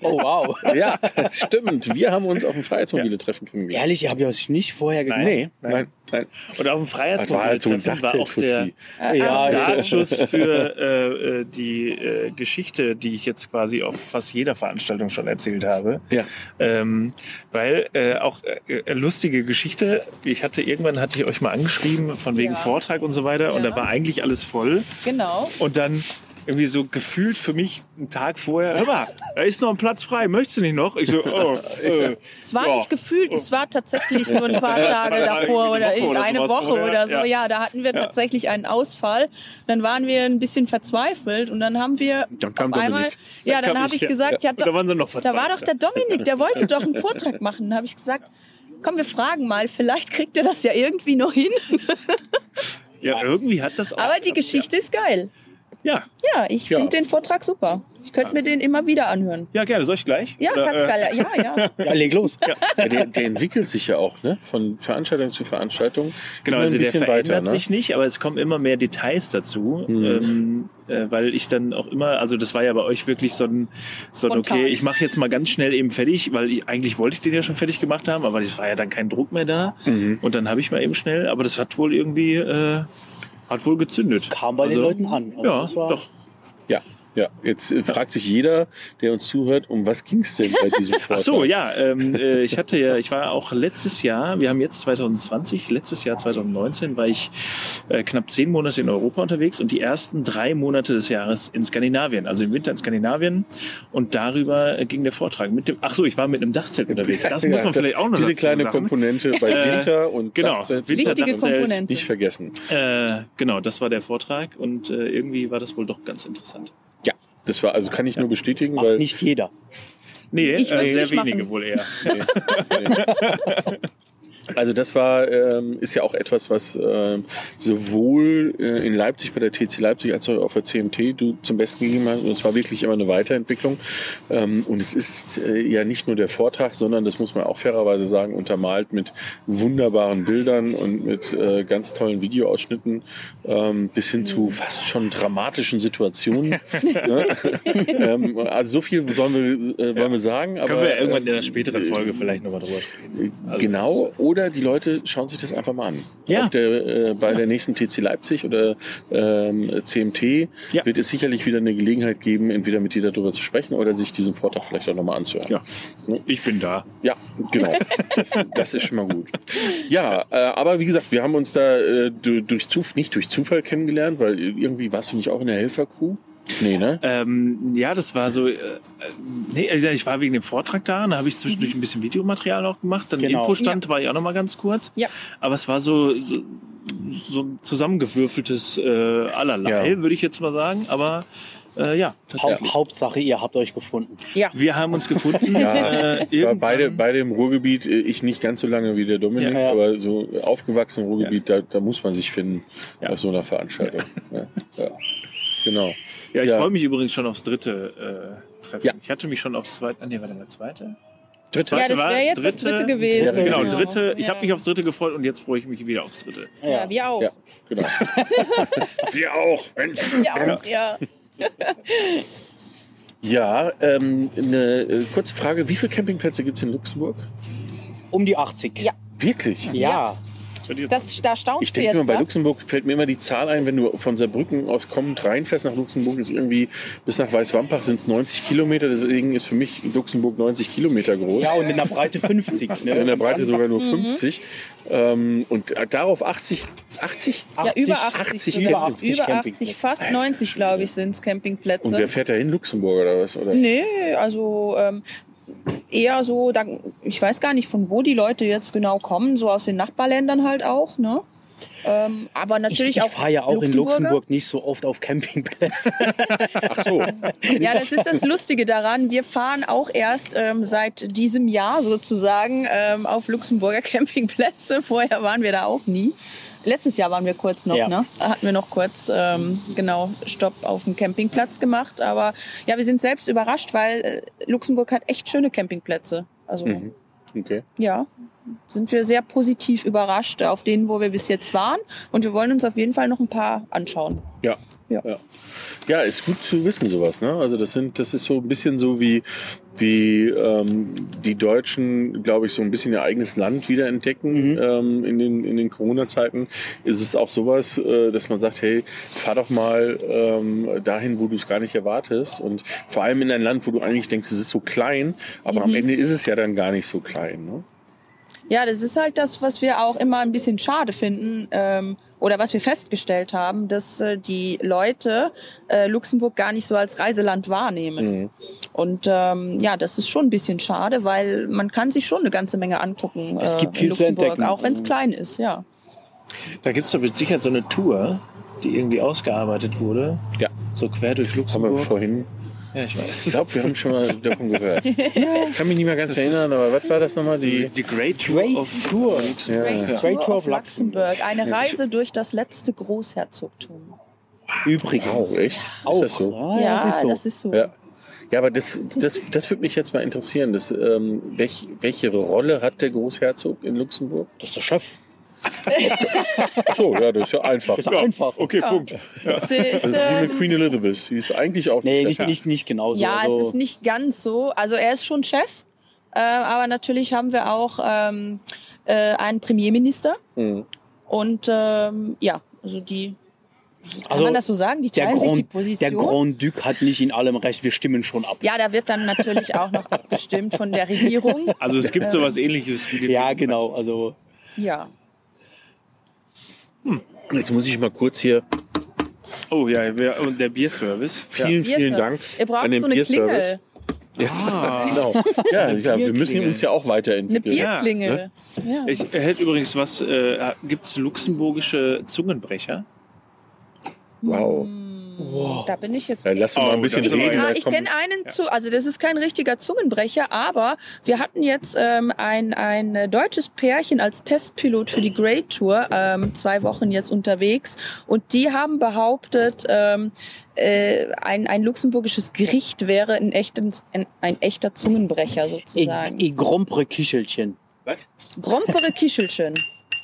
E: Oh wow.
A: ja, stimmt. Wir haben uns auf dem Freiheitsmobile Treffen kennengelernt.
E: Ehrlich, ihr habt ja euch nicht vorher gekannt.
A: Nee, nein, nein.
B: Und auf dem
A: Das war halt so ein
B: Freiheitsmobil war auch der
A: Dachzeltfuzzi.
E: Ja,
B: Startschuss für äh, äh, die äh, Geschichte, die ich jetzt quasi auf fast jeder Veranstaltung schon erzählt habe.
A: Ja.
B: Ähm, weil äh, auch äh, äh, lustige Geschichte. Ich hatte irgendwann hatte ich euch mal angeschrieben von wegen
F: Ja.
B: Vortrag und so weiter und
F: Ja.
B: da war eigentlich alles voll
F: Genau.
B: und dann irgendwie so gefühlt für mich einen Tag vorher, hör mal, da ist noch ein Platz frei, möchtest du nicht noch? Ich
A: [LAUGHS]
B: so, oh, äh,
F: Es war
B: ja.
F: nicht gefühlt, es war tatsächlich nur ein paar Tage davor oder
B: Woche oder
F: eine
B: sowas,
F: Woche
B: oder?
F: oder so.
B: Ja.
F: Ja, da hatten wir tatsächlich einen Ausfall. Dann waren wir ein bisschen verzweifelt und dann haben wir
A: Dann kam
F: auf einmal,
A: Dominik.
F: ja,
B: Dann
F: dann
B: kam
F: habe
B: ich,
F: ich
B: ja.
F: gesagt, ja,
B: Und da waren sie noch
F: da war
B: verzweifelt.
F: doch der Dominik, der wollte doch einen Vortrag machen. Dann habe ich gesagt, komm, wir fragen mal, vielleicht kriegt er das ja irgendwie noch hin.
B: ja, irgendwie hat das auch.
F: Aber die Geschichte ist geil.
B: Ja,
F: Ja, ich
A: Ja.
F: finde den Vortrag super. Ich könnte mir den immer wieder anhören.
B: ja, gerne, soll ich gleich?
F: Ja,
B: Oder,
F: ganz
B: äh,
F: geil. Ja, ja.
E: Ja, leg los.
A: Ja, der, der entwickelt sich ja auch, ne? Von Veranstaltung zu Veranstaltung.
B: Genau,
A: Immer
B: also
A: ein
B: der
A: bisschen
B: verändert
A: weiter, ne?
B: sich nicht, aber es kommen immer mehr Details dazu,
E: Hm.
B: ähm, äh, weil ich dann auch immer, also das war ja bei euch wirklich so ein, so ein
F: Spontan.
B: okay, ich mache jetzt mal ganz schnell eben fertig, weil ich, eigentlich wollte ich den ja schon fertig gemacht haben, aber es war ja dann kein Druck mehr da
E: Mhm.
B: und dann habe ich mal eben schnell, aber das hat wohl irgendwie, äh, hat wohl gezündet.
E: Kam bei den
B: Also,
E: Leuten an. Also das
B: ja,
E: war-
B: doch.
A: Ja, ja. Jetzt äh, fragt sich jeder, der uns zuhört, um was ging es denn bei diesem Vortrag?
B: [LAUGHS] Ach so, ja, ähm, äh, ich hatte ja, ich war auch letztes Jahr, wir haben jetzt 2020, letztes Jahr 2019 war ich äh, knapp zehn Monate in Europa unterwegs und die ersten drei Monate des Jahres in Skandinavien, also im Winter in Skandinavien und darüber äh, ging der Vortrag mit dem, ach so, ich war mit einem Dachzelt unterwegs,
A: [LAUGHS]
B: das muss
A: Ja,
B: man vielleicht auch noch
A: Diese
B: dazu
A: kleine
B: sagen.
A: Komponente bei Winter und
B: genau,
A: Dachzelt
B: Winter-
F: Wichtige
B: Dachzelt,
F: Komponente.
A: nicht vergessen.
B: Äh, genau, das war der Vortrag und äh, irgendwie war das wohl doch ganz interessant.
A: Ja, das war, also kann ich nur bestätigen,
E: Ach,
A: weil
E: nicht jeder.
B: Nee,
F: Ich würd's
B: äh, sehr
F: nicht machen.
B: wenige wohl eher.
A: Also das war ähm, ist ja auch etwas, was ähm, sowohl äh, in Leipzig bei der TC Leipzig als auch auf der CMT du zum Besten gegeben hast. Und es war wirklich immer eine Weiterentwicklung. Ähm, und es ist äh, ja nicht nur der Vortrag, sondern das muss man auch fairerweise sagen, untermalt mit wunderbaren Bildern und mit äh, ganz tollen Videoausschnitten ähm, bis hin zu
B: Mhm.
A: fast schon dramatischen
B: [LAUGHS]
A: Situationen. ne? [LAUGHS] ähm, also so viel sollen wir, äh, wollen wir sagen. Aber,
B: Können wir ja irgendwann in
A: äh,
B: einer späteren Folge vielleicht nochmal drüber sprechen. Also-
A: genau, oder die Leute schauen sich das einfach mal an.
B: Ja.
A: Auf der, äh, bei der nächsten TC Leipzig oder ähm, CMT
B: Ja.
A: wird es sicherlich wieder eine Gelegenheit geben, entweder mit dir darüber zu sprechen oder sich diesen Vortrag vielleicht auch nochmal anzuhören.
B: Ja, ich bin da.
A: Ja, genau. Das, das ist schon mal gut. Ja, äh, aber wie gesagt, wir haben uns da äh, du- durch Zuf nicht durch Zufall kennengelernt, weil irgendwie warst du nicht auch in der Helfercrew? Nee, ne?
B: Ähm, ja, das war so. Äh, äh, nee, also ich war wegen dem Vortrag da, da habe ich
F: Mhm.
B: zwischendurch ein bisschen Videomaterial auch gemacht. Dann
E: Genau.
B: Infostand war ich auch noch mal ganz kurz.
F: Ja.
B: Aber es war so, so, so ein zusammengewürfeltes äh, allerlei,
A: Ja.
B: würde ich jetzt mal sagen. Aber äh, ja,
E: Hau
B: tatsächlich.
E: Hauptsache, ihr habt euch gefunden.
F: Ja.
B: Wir haben uns
F: [LAUGHS]
B: gefunden.
A: Ja,
B: äh,
A: ich war
B: irgendwann-
A: beide, beide im Ruhrgebiet, äh, ich nicht ganz so lange wie der Dominik,
B: Ja,
E: ja.
A: aber so aufgewachsen im Ruhrgebiet, da, da muss man sich finden auf so einer Veranstaltung. Ja. Ja. Genau.
B: Ja, ich
A: Ja.
B: freue mich übrigens schon aufs dritte äh, Treffen.
A: Ja.
B: Ich hatte mich schon aufs zweite. Ah, nee, warte mal, zweite.
A: Dritte.
F: Ja,
B: Zweite
F: das
B: war
F: wäre jetzt das dritte gewesen.
A: Ja,
B: Genau,
A: Genau.
B: dritte. Ich
F: Ja.
B: habe mich aufs dritte gefreut und jetzt freue ich mich wieder aufs dritte.
F: Ja, wir auch.
A: Ja, genau. Sie auch.
F: Ja, auch, ja.
A: Ja, ähm, eine äh, kurze Frage. Wie viele Campingplätze gibt's in Luxemburg?
E: Um die 80.
F: Ja.
A: Wirklich?
E: Ja.
A: verliert man.
G: Das, da staunst
A: Ich
G: du
A: denke
G: jetzt
A: immer, bei
G: was.
A: Luxemburg fällt mir immer die Zahl ein, wenn du von Saarbrücken aus kommend reinfährst nach Luxemburg, ist irgendwie bis nach Weißwampach sind es 90 Kilometer. Deswegen ist für mich Luxemburg 90 Kilometer groß.
E: Ja, und in der Breite 50. Ne?
A: In der Breite sogar
F: Mhm.
A: nur 50. Ähm, und darauf 80, 80?
F: Ja, über
E: 80,
F: 80,
A: 80
F: sogar.
E: über 80
F: über 80
E: Campingplätze.
F: fast 90, glaube ich, sind es Campingplätze.
A: Und wer fährt da hin? Luxemburg oder was? Oder?
F: Mhm. Nee, also ähm, eher so, da, ich weiß gar nicht, von wo die Leute jetzt genau kommen, so aus den Nachbarländern halt auch, ne? Ähm, aber
E: ich,
F: natürlich
E: ich
F: auch.
E: fahre ja auch in
F: Luxemburger.
E: Luxemburg nicht so oft auf Campingplätze.
A: Ach so.
F: Ja, das ist das Lustige daran. Wir fahren auch erst ähm, seit diesem Jahr sozusagen ähm, auf Luxemburger [LAUGHS] Campingplätze. Vorher waren wir da auch nie. Letztes Jahr waren wir kurz noch,
E: Ja.
F: ne? Da hatten wir noch kurz, ähm, genau, Stopp auf dem Campingplatz gemacht. Aber ja, wir sind selbst überrascht, weil äh, Luxemburg hat echt schöne Campingplätze. Also
A: Mhm. Okay.
F: ja, sind wir sehr positiv überrascht auf denen, wo wir bis jetzt waren. Und wir wollen uns auf jeden Fall noch ein paar anschauen.
A: Ja.
F: Ja.
A: ja. Ja, ist gut zu wissen, sowas. Ne? Also das sind, das ist so ein bisschen so wie, wie ähm, die Deutschen, glaube ich, so ein bisschen ihr eigenes Land wiederentdecken ähm, in den, in den Corona-Zeiten. Ist es auch sowas, äh, dass man sagt, hey, fahr doch mal ähm, dahin, wo du es gar nicht erwartest. Und vor allem in ein Land, wo du eigentlich denkst, es ist so klein, aber am Ende ist es ja dann gar nicht so klein. Ne?
F: Ja, das ist halt das, was wir auch immer ein bisschen schade finden ähm, oder was wir festgestellt haben, dass äh, die Leute äh, Luxemburg gar nicht so als Reiseland wahrnehmen.
E: Mhm.
F: Und ähm, ja, das ist schon ein bisschen schade, weil man kann sich schon eine ganze Menge angucken. äh,
E: Es gibt viel
F: in
E: zu
F: Luxemburg,
E: entdecken.
F: Auch wenn es klein ist, ja.
B: Da gibt es doch sicher so eine Tour, die irgendwie ausgearbeitet wurde.
A: Ja.
B: So quer durch
A: Haben wir
B: Luxemburg.
A: vorhin
B: ja, ich weiß.
A: Ich glaube, wir haben schon mal davon gehört. [LAUGHS] Ich kann mich nicht mehr ganz erinnern, aber was war das nochmal? Die,
B: die Great Tour of Tour. Luxemburg.
A: ja, ja.
E: Great Tour of
F: of Luxemburg. Eine Reise durch das letzte Großherzogtum.
E: Übrigens.
A: Wow, echt?
E: Auch.
A: Ist das so?
E: Ja, das ist so.
F: Das ist so.
A: Ja. Ja, aber das, das, das würde mich jetzt mal interessieren. Das, ähm, welch, welche Rolle hat der Großherzog in Luxemburg?
E: Das ist der Chef.
A: Ach So, ja, das ist ja einfach.
E: Das ist einfach.
A: Okay, Punkt.
F: Das ist,
A: Das ist wie mit
F: ähm,
A: Queen Elizabeth. Sie ist eigentlich auch
E: Nee,
A: der
E: nicht,
A: Chef.
E: nicht, nicht genauso.
F: ja,
E: also,
F: es ist nicht ganz so. Also er ist schon Chef, äh, aber natürlich haben wir auch ähm, äh, einen Premierminister
A: Mhm.
F: und ähm, ja, also die, kann
E: also
F: man das so sagen, die
E: der,
F: teilen sich die
E: Grand, der
F: Position.
E: Grand Duc hat nicht in allem recht. Wir stimmen schon ab.
F: ja, da wird dann natürlich auch noch abgestimmt von der Regierung.
B: Also es gibt sowas ähnliches wie die
E: Ja, genau. Also
F: Ja.
A: Jetzt muss ich mal kurz hier.
B: Oh ja, wer- und der Bierservice.
A: Vielen, vielen
F: Bierservice.
A: Dank
F: Ihr braucht
A: an den
F: so eine
A: Bierservice.
F: Klingel,
A: Ja, genau. [LAUGHS] Ja, ja, wir müssen uns ja ne? auch
F: eine
A: weiterentwickeln.
F: Bierklingel. Ja.
B: Ich hätte übrigens was, äh, gibt es luxemburgische Zungenbrecher?
A: Wow.
F: Da bin ich jetzt.
A: Ja, lass uns mal
B: Oh,
A: ein bisschen
B: das ist aber-
A: reden.
F: halt Ja,
A: dann
F: ich
A: kommt-
F: kenne einen zu, also das ist kein richtiger Zungenbrecher, aber wir hatten jetzt ähm, ein, ein äh, deutsches Pärchen als Testpilot für die Great Tour, ähm, zwei Wochen jetzt unterwegs und die haben behauptet, ähm, äh, ein, ein luxemburgisches Gericht wäre ein, echten, ein, ein echter Zungenbrecher
E: ich,
F: sozusagen.
E: ich grompere Kichelchen.
F: Grompere Kischelchen.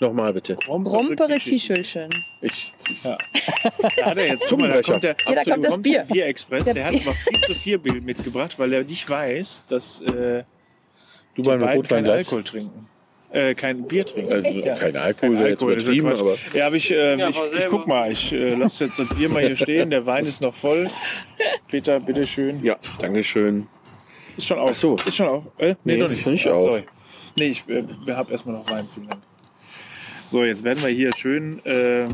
A: Nochmal bitte.
F: [LAUGHS] Grompere Kischelchen.
A: Ich,
B: Da hat er jetzt, guck mal, da
A: Zungenbrecher.
B: kommt der,
F: Ja, da
B: absolut-
F: kommt das Bier.
B: Express. Der,
F: Der
B: hat
F: Bier.
B: aber viel zu viel Bild mitgebracht, weil er nicht weiß, dass äh,
A: du
B: die
A: beim
B: beiden
A: Rotwein
B: keinen
A: bleibst.
B: Alkohol trinken. Äh, kein Bier trinken.
A: Also, Kein Alkohol
B: Kein
A: wäre jetzt
B: Alkohol, das ist
A: übertrieben,
B: Quatsch.
A: aber
B: Ja, aber ich, äh, ich, ich guck mal, ich äh, lasse jetzt das Bier mal hier stehen, der Wein ist noch voll. Peter, bitteschön.
A: ja,
B: [LAUGHS]
A: Dankeschön.
B: Ist schon auf.
A: Ach so.
B: Ist schon auf. Äh, nee,
A: Nee,
B: noch
A: ist
B: nicht.
A: noch nicht
B: Ah,
A: auf.
B: Sorry. Nee, ich äh, habe erstmal noch Wein. Vielen Dank. So, jetzt werden wir hier schön, äh, äh,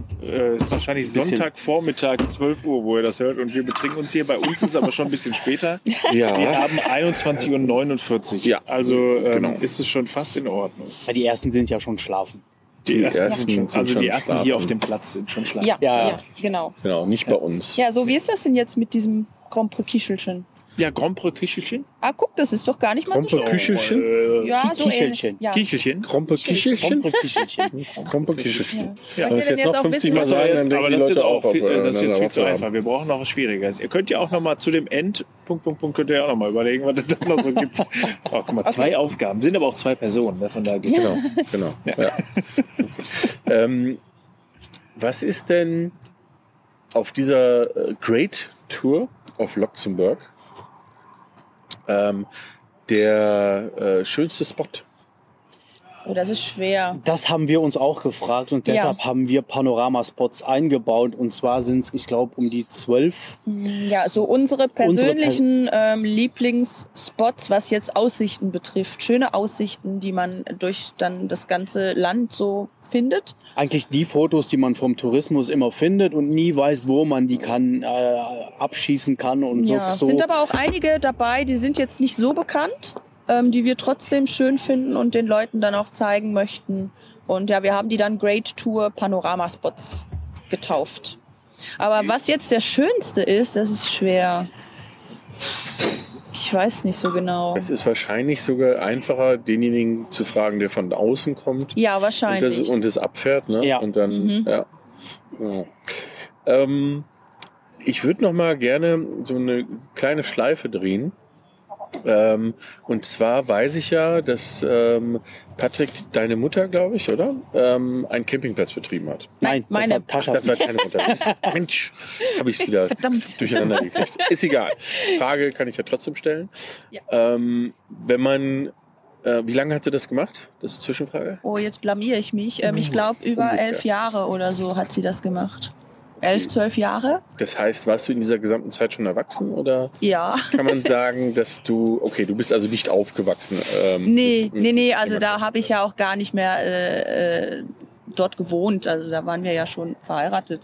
B: wahrscheinlich Sonntagvormittag, 12 Uhr, wo ihr das hört. Und wir betrinken uns hier. Bei uns ist aber schon ein bisschen später.
A: [LAUGHS]
B: Wir
A: Ja,
B: haben 21.49 Uhr.
A: Ja,
B: Also ähm,
A: genau.
B: ist es schon fast in Ordnung.
E: Ja, die ersten sind ja schon schlafen.
A: Die
B: sind
A: Ersten
B: schon,
A: sind
B: also
A: schon
B: die ersten hier
A: schlafen.
B: auf dem Platz sind schon schlafen.
F: Ja,
E: Ja.
F: ja. genau.
A: genau, nicht bei uns.
F: Ja, so wie ist das denn jetzt mit diesem Grompere Kischelchen?
B: ja Grompre Kischelchen.
F: Ah, guck, das ist doch gar nicht mal so
A: Krompe Küchelchen?
B: Äh,
F: Ja,
E: Ki-
F: so ähnlich.
E: Kichelchen.
F: Ja.
B: Kichelchen.
A: Krompe Küchelchen?
E: Grompere Kichelchen.
A: Krompe Küchelchen.
B: Ja.
A: Wenn wir es
F: Wenn wir
A: jetzt noch
F: jetzt auch
A: 50 Mal
F: wissen,
B: Aber,
A: sagen, dann
B: Also jetzt,
A: denken
B: aber
A: die
B: das, ist jetzt
A: Leute auch
B: auch
A: auf,
B: viel, äh, das ist jetzt
A: aufeinander,
B: viel zu
A: was wir
B: einfach. Wir brauchen noch was Schwieriges. Ihr könnt ja auch noch mal zu dem End, Punkt, Punkt, Punkt, könnt ihr auch noch mal überlegen, was es da noch so gibt. Oh, guck mal, zwei Aufgaben. Sind aber auch zwei Personen. Ne? Von daher geht
A: Genau, genau. Ja. [LAUGHS] ähm, was ist denn auf dieser äh, Great Tour auf Luxemburg ähm, der äh, schönste Spot?
F: Oh, das ist schwer.
E: Das haben wir uns auch gefragt und
F: Ja.
E: deshalb haben wir Panoramaspots eingebaut. Und zwar sind es, ich glaube, um die zwölf.
F: Ja, so unsere persönlichen ähm, Lieblingsspots, was jetzt Aussichten betrifft. Schöne Aussichten, die man durch dann das ganze Land so findet.
E: Eigentlich die Fotos, die man vom Tourismus immer findet und nie weiß, wo man die kann, äh, abschießen kann und
F: ja,
E: so. so.
F: sind aber auch einige dabei, die sind jetzt nicht so bekannt, ähm, die wir trotzdem schön finden und den Leuten dann auch zeigen möchten. Und ja, wir haben die dann Great Tour Panoramaspots getauft. Aber was jetzt der schönste ist, das ist schwer. Ich weiß nicht so genau.
A: Es ist wahrscheinlich sogar einfacher, denjenigen zu fragen, der von außen kommt
F: Ja,
A: und
F: wahrscheinlich. Mhm.
A: das, und das abfährt. Ne?
E: Ja.
A: Und dann, ja. ja. Ähm, ich würde noch mal gerne so eine kleine Schleife drehen. Ähm, und zwar weiß ich ja, dass ähm, Patrick, deine Mutter, glaube ich, oder? Ähm, einen Campingplatz betrieben hat.
E: Nein,
F: Nein, meine-
E: Das war
A: Das
E: Tascha.
A: war keine
F: [LAUGHS]
A: Mutter. Mensch, habe ich wieder
F: Verdammt.
A: durcheinander gekriegt. Ist egal. Frage kann ich ja trotzdem stellen.
F: Ja.
A: Ähm, wenn man, äh, wie lange hat sie das gemacht? Das ist eine Zwischenfrage.
F: Oh, jetzt blamier ich mich. Ähm, ich glaube, über
A: Ungefähr.
F: elf Jahre oder so hat sie das gemacht. Elf, zwölf Jahre?
A: Das heißt, warst du in dieser gesamten Zeit schon erwachsen oder
F: Ja. [LAUGHS]
A: kann man sagen, dass du, okay, du bist also nicht aufgewachsen? Ähm,
F: Nee,
A: mit- mit
F: nee, nee, also da
A: jemandem.
F: habe ich ja auch gar nicht mehr äh, äh, dort gewohnt. Also da waren wir ja schon verheiratet.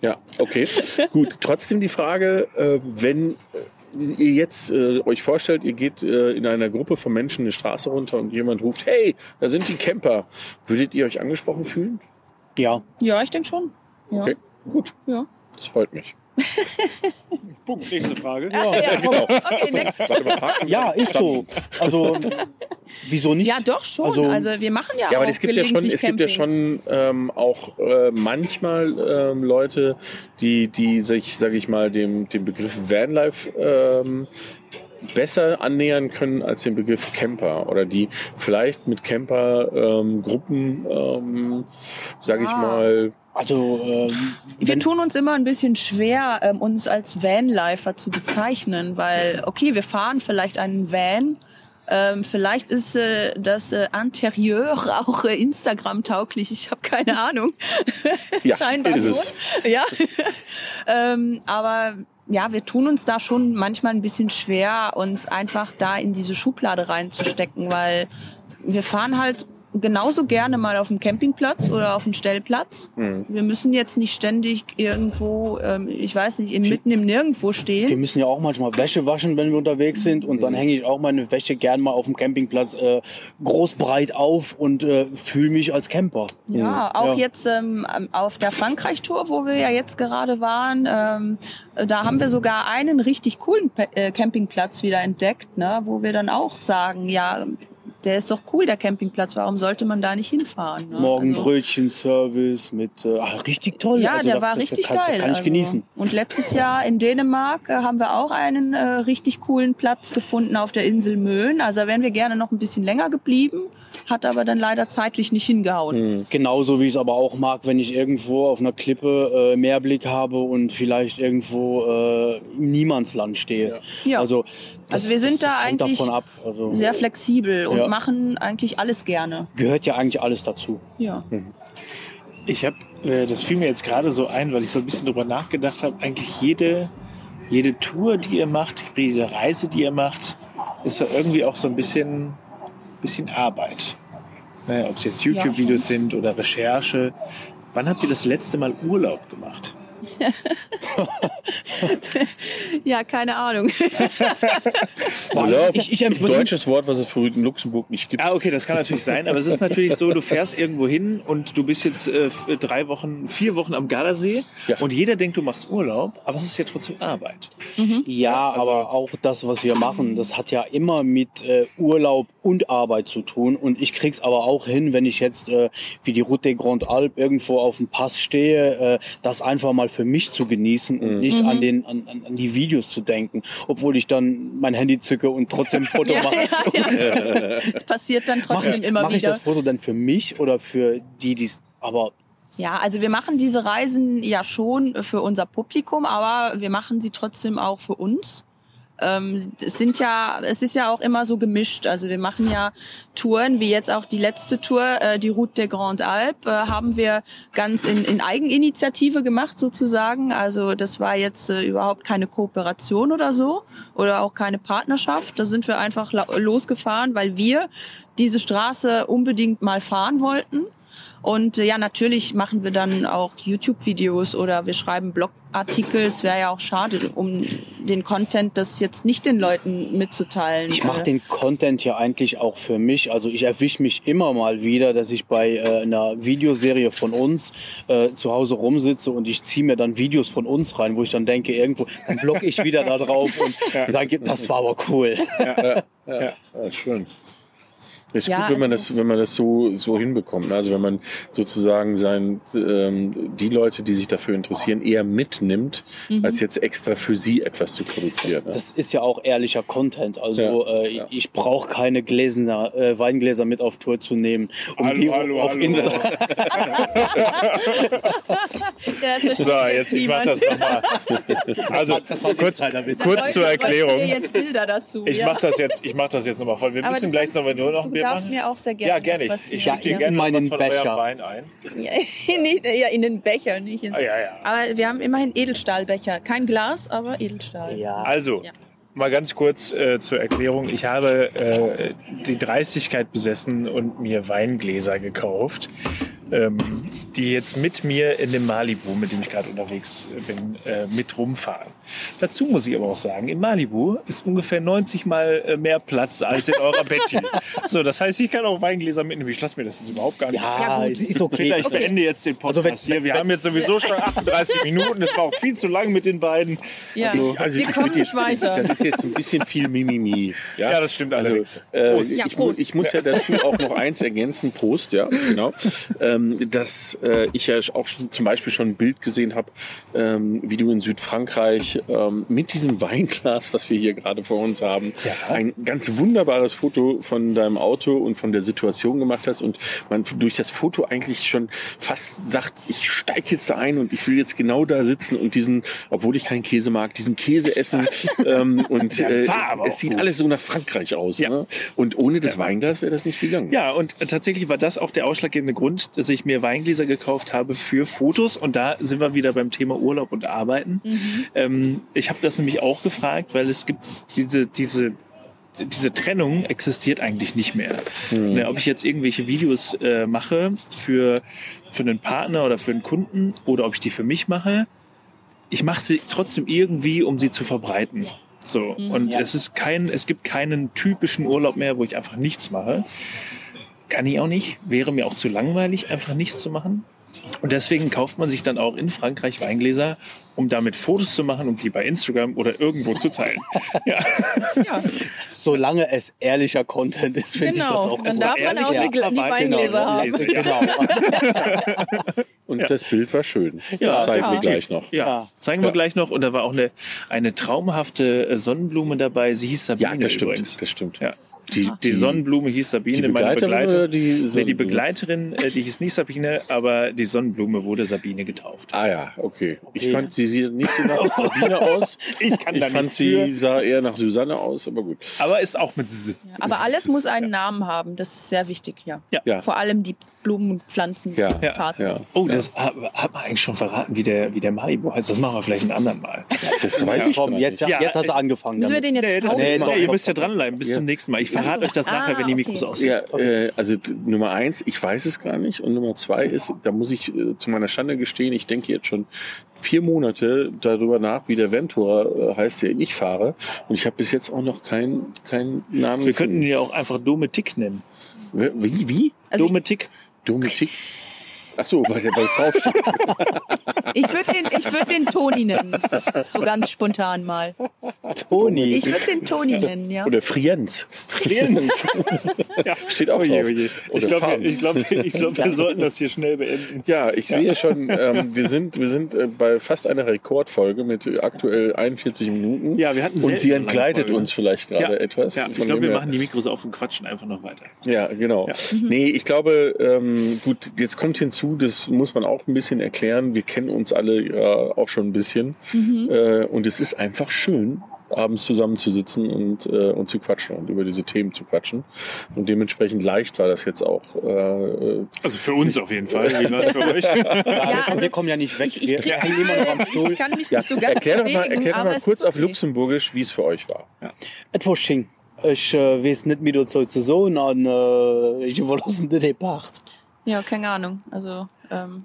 A: Ja, okay. Gut, trotzdem die Frage, äh, wenn äh, ihr jetzt äh, euch vorstellt, ihr geht äh, in einer Gruppe von Menschen eine Straße runter und jemand ruft, hey, da sind die Camper, würdet ihr euch angesprochen fühlen?
E: Ja,
F: Ja, ich denke schon. Ja.
A: Okay, gut.
F: Ja.
A: Das freut mich.
B: Punkt, nächste Frage.
A: Oh,
F: Ja,
A: genau.
F: okay, next.
A: Warte mal,
E: [LAUGHS]
A: Haken.
E: ja, ist so. Also, wieso nicht?
F: ja doch schon. Also,
E: Also-
F: wir machen ja,
A: Ja, aber
F: auch
A: es gibt ja schon,
F: gelegentlich
A: es gibt ja
F: Camping.
A: schon ähm, auch äh, manchmal ähm, Leute, die, die sich, sage ich mal, dem, dem Begriff Vanlife ähm, besser annähern können als den Begriff Camper oder die vielleicht mit Camper ähm, Gruppen, ähm, sage ich
F: Ah.
A: mal,
E: Also, ähm,
F: Wir tun uns immer ein bisschen schwer, ähm, uns als Vanlifer zu bezeichnen, weil, okay, wir fahren vielleicht einen Van. Ähm, vielleicht ist äh, das äh, Interieur [LAUGHS] auch äh, Instagram-tauglich. Ich habe keine Ahnung.
A: ja,
F: [LAUGHS] Scheinbar
A: ist
F: so.
A: es.
F: ja. [LAUGHS] ähm, aber ja, wir tun uns da schon manchmal ein bisschen schwer, uns einfach da in diese Schublade reinzustecken, weil wir fahren halt genauso gerne mal auf dem Campingplatz oder auf dem Stellplatz.
A: Mhm.
F: Wir müssen jetzt nicht ständig irgendwo, ähm, ich weiß nicht, mitten im Nirgendwo
E: Wir
F: stehen.
E: müssen ja auch manchmal Wäsche waschen, wenn wir unterwegs sind. Und
F: Mhm.
E: dann hänge ich auch meine Wäsche gern mal auf dem Campingplatz äh, groß breit auf und äh, fühle mich als Camper.
F: Ja, auch
E: Mhm. Ja.
F: jetzt ähm, auf der Frankreich-Tour, wo wir ja jetzt gerade waren, ähm, da haben wir sogar einen richtig coolen Pe äh, Campingplatz wieder entdeckt, ne, wo wir dann auch sagen, ja, der ist doch cool, der Campingplatz, warum sollte man da nicht hinfahren? Ne?
E: Morgen
F: Also-
E: Brötchen-Service mit. Äh, ah, richtig toll.
F: Ja,
E: Also
F: der
E: da-
F: war
E: da-
F: richtig
E: da kann,
F: geil.
E: Das kann ich
F: also.
E: genießen.
F: Und letztes Jahr in Dänemark äh, haben wir auch einen äh, richtig coolen Platz gefunden auf der Insel Möhn. Also da wären wir gerne noch ein bisschen länger geblieben, hat aber dann leider zeitlich nicht hingehauen.
E: Genauso wie ich es aber auch mag, wenn ich irgendwo auf einer Klippe äh, Meerblick habe und vielleicht irgendwo äh, im Niemandsland stehe.
F: Ja.
E: Also,
F: Also wir sind da
E: hängt
F: eigentlich
E: davon ab. Also,
F: Sehr flexibel und
E: Ja.
F: machen eigentlich alles gerne.
E: gehört ja eigentlich alles dazu.
F: Ja.
B: Ich habe, äh, das fiel mir jetzt gerade so ein, weil ich so ein bisschen drüber nachgedacht habe, eigentlich jede, jede Tour, die ihr macht, jede Reise, die ihr macht, ist ja irgendwie auch so ein bisschen, bisschen Arbeit. Ne, Ob es jetzt YouTube-Videos sind oder Recherche. Wann habt ihr das letzte Mal Urlaub gemacht?
F: ja, keine Ahnung.
A: Also,
E: ich, ich
A: ein
E: empfinde
A: deutsches Wort, was es für in Luxemburg nicht gibt.
B: Ah, okay, das kann natürlich sein, aber es ist natürlich so, du fährst irgendwo hin und du bist jetzt äh, f- drei Wochen, vier Wochen am Gardasee
A: Ja.
B: und jeder denkt, du machst Urlaub, aber es ist ja trotzdem Arbeit.
E: Ja, aber auch das, was wir machen, das hat ja immer mit äh, Urlaub und Arbeit zu tun. Und ich krieg's aber auch hin, wenn ich jetzt äh, wie die Route des Grand Alp irgendwo auf dem Pass stehe, äh, das einfach mal für mich zu genießen und nicht
F: Mhm.
E: an den an, an, an die Videos zu denken, obwohl ich dann mein Handy zücke und trotzdem
F: [LAUGHS]
E: ein Foto
F: [LAUGHS] ja,
E: mache.
F: ja, ja. Es passiert dann
E: Mache
F: trotzdem
E: ich,
F: immer
E: mach ich
F: wieder.
E: das Foto dann für mich oder für die, die's? aber
F: Ja, also wir machen diese Reisen ja schon für unser Publikum, aber wir machen sie trotzdem auch für uns. ähm, es sind ja, es ist ja auch immer so gemischt. Also wir machen ja Touren, wie jetzt auch die letzte Tour, äh, die Route der Grande Alpe, äh, haben wir ganz in, in Eigeninitiative gemacht sozusagen. Also das war jetzt äh, überhaupt keine Kooperation oder so oder auch keine Partnerschaft. Da sind wir einfach la- losgefahren, weil wir diese Straße unbedingt mal fahren wollten. Und äh, ja, natürlich machen wir dann auch YouTube-Videos oder wir schreiben Blogartikel. Es wäre ja auch schade, um den Content das jetzt nicht den Leuten mitzuteilen.
E: Ich mache
F: Äh,
E: den Content ja eigentlich auch für mich. Also ich erwische mich immer mal wieder, dass ich bei äh, einer Videoserie von uns äh, zu Hause rumsitze und ich ziehe mir dann Videos von uns rein, wo ich dann denke, irgendwo, dann blog ich wieder da drauf
F: [LAUGHS]
E: und sage, das war aber cool.
A: Ja, ja, schön. Ist
F: Ja,
A: gut, wenn man
F: also-
A: das, wenn man das so, so hinbekommt. ne? Also wenn man sozusagen sein, ähm, die Leute, die sich dafür interessieren, eher mitnimmt,
F: Mhm.
A: als jetzt extra für sie etwas zu produzieren. ne?
E: Das ist ja auch ehrlicher Content. Also
A: Ja,
E: äh,
A: ja.
E: ich brauche keine Gläser, äh, Weingläser mit auf Tour zu nehmen, um die auf Insta [LAUGHS]
F: Ja, das
B: So, Ah, jetzt ich mach das nochmal. Also
E: Das war
B: kurz,
E: Insiderwitz.
B: kurz zur Erklärung.
F: jetzt Bilder dazu.
B: Ich
F: ja.
B: mach das jetzt, ich mach das jetzt nochmal voll. Wir
F: Aber
B: müssen
F: du
B: gleich
F: kannst-
B: noch, wenn du noch ein
F: Du
B: Bier
F: darfst
B: machen.
F: mir auch sehr gerne.
B: Ja, gerne.
F: Was
B: Ich, ich
F: hier-
B: schütte dir
E: in
B: gerne noch
E: meinen
B: was von
E: Becher.
B: eurem Wein ein.
F: Ja, nicht, ja, in den Becher, nicht ins
B: Ah, ja, ja.
F: Aber wir haben immerhin Edelstahlbecher. Kein Glas, aber Edelstahl.
E: Ja.
B: Also,
F: Ja.
B: mal ganz kurz äh, zur Erklärung. Ich habe äh, die Dreistigkeit besessen und mir Weingläser gekauft, ähm, die jetzt mit mir in dem Malibu, mit dem ich gerade unterwegs bin, äh, mit rumfahren. Dazu muss ich aber auch sagen, in Malibu ist ungefähr 90 mal äh, mehr Platz als in eurer Betty. So, das heißt, ich kann auch Weingläser mitnehmen. Ich lasse mir das jetzt überhaupt gar nicht.
E: Ja,
F: Ja, gut.
E: es ist okay.
B: Ich beende jetzt den Podcast
E: Also wenn-
B: hier. Wir haben jetzt sowieso schon
E: [LAUGHS]
B: 38 Minuten. Das war auch viel zu lang mit den beiden.
F: Ja.
A: Also
F: wir
A: ich
F: kommen
A: würd
F: nicht
A: jetzt, Das
F: weiter.
A: ist jetzt ein bisschen viel Mimimi.
B: Ja, das stimmt
A: Also,
B: allerdings.
A: äh,
B: Prost.
A: Ich,
F: Ja,
A: mu-
F: Prost.
A: ich muss ja dazu auch noch eins ergänzen. Prost, ja, genau. ähm, dass äh, ich ja auch schon, zum Beispiel schon ein Bild gesehen habe, ähm, wie du in Südfrankreich ähm, mit diesem Weinglas, was wir hier gerade vor uns haben, ein ganz wunderbares Foto von deinem Auto und von der Situation gemacht hast und man durch das Foto eigentlich schon fast sagt, ich steige jetzt da ein und ich will jetzt genau da sitzen und diesen, obwohl ich keinen Käse mag, diesen Käse
B: [LAUGHS]
A: essen ähm, und
B: Der
A: äh,
B: war aber auch
A: es sieht
B: gut.
A: alles so nach Frankreich aus.
B: Ja.
A: Ne? Und ohne das Weinglas wäre das nicht gegangen.
B: Ja, und tatsächlich war das auch der ausschlaggebende Grund, dass ich mir Weingläser gekauft habe für Fotos. Und da sind wir wieder beim Thema Urlaub und Arbeiten. Ähm, ich habe das nämlich auch gefragt, weil es gibt diese, diese diese Trennung existiert eigentlich nicht mehr. Ne, ob ich jetzt irgendwelche Videos äh, mache für, für einen Partner oder für einen Kunden oder ob ich die für mich mache, ich mache sie trotzdem irgendwie, um sie zu verbreiten. So. Und es ist kein, es gibt keinen typischen Urlaub mehr, wo ich einfach nichts mache. Kann ich auch nicht. Wäre mir auch zu langweilig, einfach nichts zu machen. Und deswegen kauft man sich dann auch in Frankreich Weingläser, um damit Fotos zu machen, um die bei Instagram oder irgendwo zu
A: [LAUGHS]
B: teilen. ja.
F: Ja,
E: Solange es ehrlicher Content ist, finde ich das
F: genau.
E: auch
F: Dann
E: gut.
F: darf man
B: ehrlich,
F: auch die,
B: ja.
F: Gla- die
B: Aber
F: Weingläser
B: genau,
F: haben.
B: Weingläser.
E: Also, genau.
A: Und das Bild war schön.
B: Ja,
A: das zeigen wir
B: definitiv.
A: gleich noch.
B: Ja,
E: Ja.
B: zeigen wir gleich noch. Und da war auch eine, eine traumhafte äh, Sonnenblume dabei. Sie hieß Sabine
A: Ja, das stimmt.
B: übrigens.
A: Das stimmt.
B: Ja. Die, die Sonnenblume hieß Sabine,
A: die
B: meine
A: Begleiterin oder
B: Begleiterin.
A: die
B: nee, die
A: Sonnenblume?
B: Begleiterin, äh, die hieß nicht Sabine, aber die Sonnenblume wurde Sabine getauft.
A: Ah ja, okay. Ich fand, sie sieht nicht so
B: [LAUGHS]
A: nach Sabine aus.
B: Ich kann
A: Ich
B: da
A: fand,
B: nichts für.
A: sie sah eher nach Susanne aus, aber gut.
B: Aber ist auch mit S.
F: Aber alles muss einen Namen haben. Das ist sehr wichtig, ja.
B: Ja.
A: Ja.
F: Vor allem die Blumen und Pflanzen.
A: Ja, ja,
F: Parts.
A: ja.
B: Oh, das hat, hat man eigentlich schon verraten, wie der, wie der Malibu heißt. Das machen wir vielleicht ein andermal.
F: [LAUGHS]
A: Das weiß ich
E: Komm,
A: gar
E: jetzt,
A: nicht.
B: Ja,
E: jetzt hast du angefangen.
F: Müssen wir
E: damit.
F: den jetzt
B: Nee, das,
F: kaufen?
B: nee,
E: doch,
B: ihr
E: doch,
B: müsst ja
E: doch.
B: dranbleiben bis
A: Ja.
B: zum nächsten Mal. Ich verrate euch das nachher,
F: Ah,
B: wenn die Mikros
F: okay.
B: aus sind.
A: Ja, äh, also d- Nummer eins, ich weiß es gar nicht. Und Nummer zwei ist, da muss ich äh, zu meiner Schande gestehen, ich denke jetzt schon vier Monate darüber nach, wie der Ventura äh, heißt, den ich fahre. Und ich habe bis jetzt auch noch keinen keinen Namen.
B: Wir könnten ihn ja auch einfach Dometik nennen.
A: gefunden. Wie? wie?
F: Also-
B: Dometik.
A: Domitik? Ach so, weil der bei draufsteht.
F: Ich würde den, ich würd den Toni nennen. So ganz spontan mal.
E: Toni.
F: Ich würde den Toni nennen, ja.
A: Oder Frienz. [LAUGHS] Frienz. Steht auch
B: Oje,
A: drauf.
B: oje. oh Ich
A: Oder
B: glaube,
A: Farms.
B: ich glaub, ich
F: [LAUGHS]
B: glaub, wir sollten das hier schnell beenden.
A: Ja, ich sehe schon, ähm, wir sind, wir sind äh, bei fast einer Rekordfolge mit äh, aktuell 41 Minuten.
B: Ja, wir hatten
A: Und
B: selten
A: sie
B: so lange
A: entgleitet
B: Folgen.
A: uns vielleicht gerade etwas.
B: Ja,
A: Von
B: ich glaube,
A: dem
B: wir
A: her-
B: machen die Mikros auf und quatschen einfach noch weiter.
A: Ja, genau. Nee, ich glaube, ähm, gut, jetzt kommt hinzu, das muss man auch ein bisschen erklären. Wir kennen uns alle ja auch schon ein bisschen. Äh, und es ist einfach schön, abends zusammenzusitzen und, äh, und zu quatschen und über diese Themen zu quatschen. Und dementsprechend leicht war das jetzt auch. Äh,
B: Also für uns auf jeden Fall. Wie war es [LAUGHS] für euch?
E: Ja,
F: also
E: wir kommen ja nicht weg.
F: Ich, ich,
E: wir
F: krieg-
E: hängen immer noch am Stuhl.
F: [LAUGHS] ich kann mich
A: ja,
F: nicht so ganz
A: erklär doch
F: bewegen,
A: mal, erklär doch
F: aber
A: mal
F: es
A: kurz
F: ist
A: auf
F: okay.
A: Luxemburgisch, wie es für euch war.
E: Etwas sching. Ich äh, weiß nicht, wie du zu so an äh, ich überlassen den Part.
F: Ja, keine Ahnung. Also, ähm,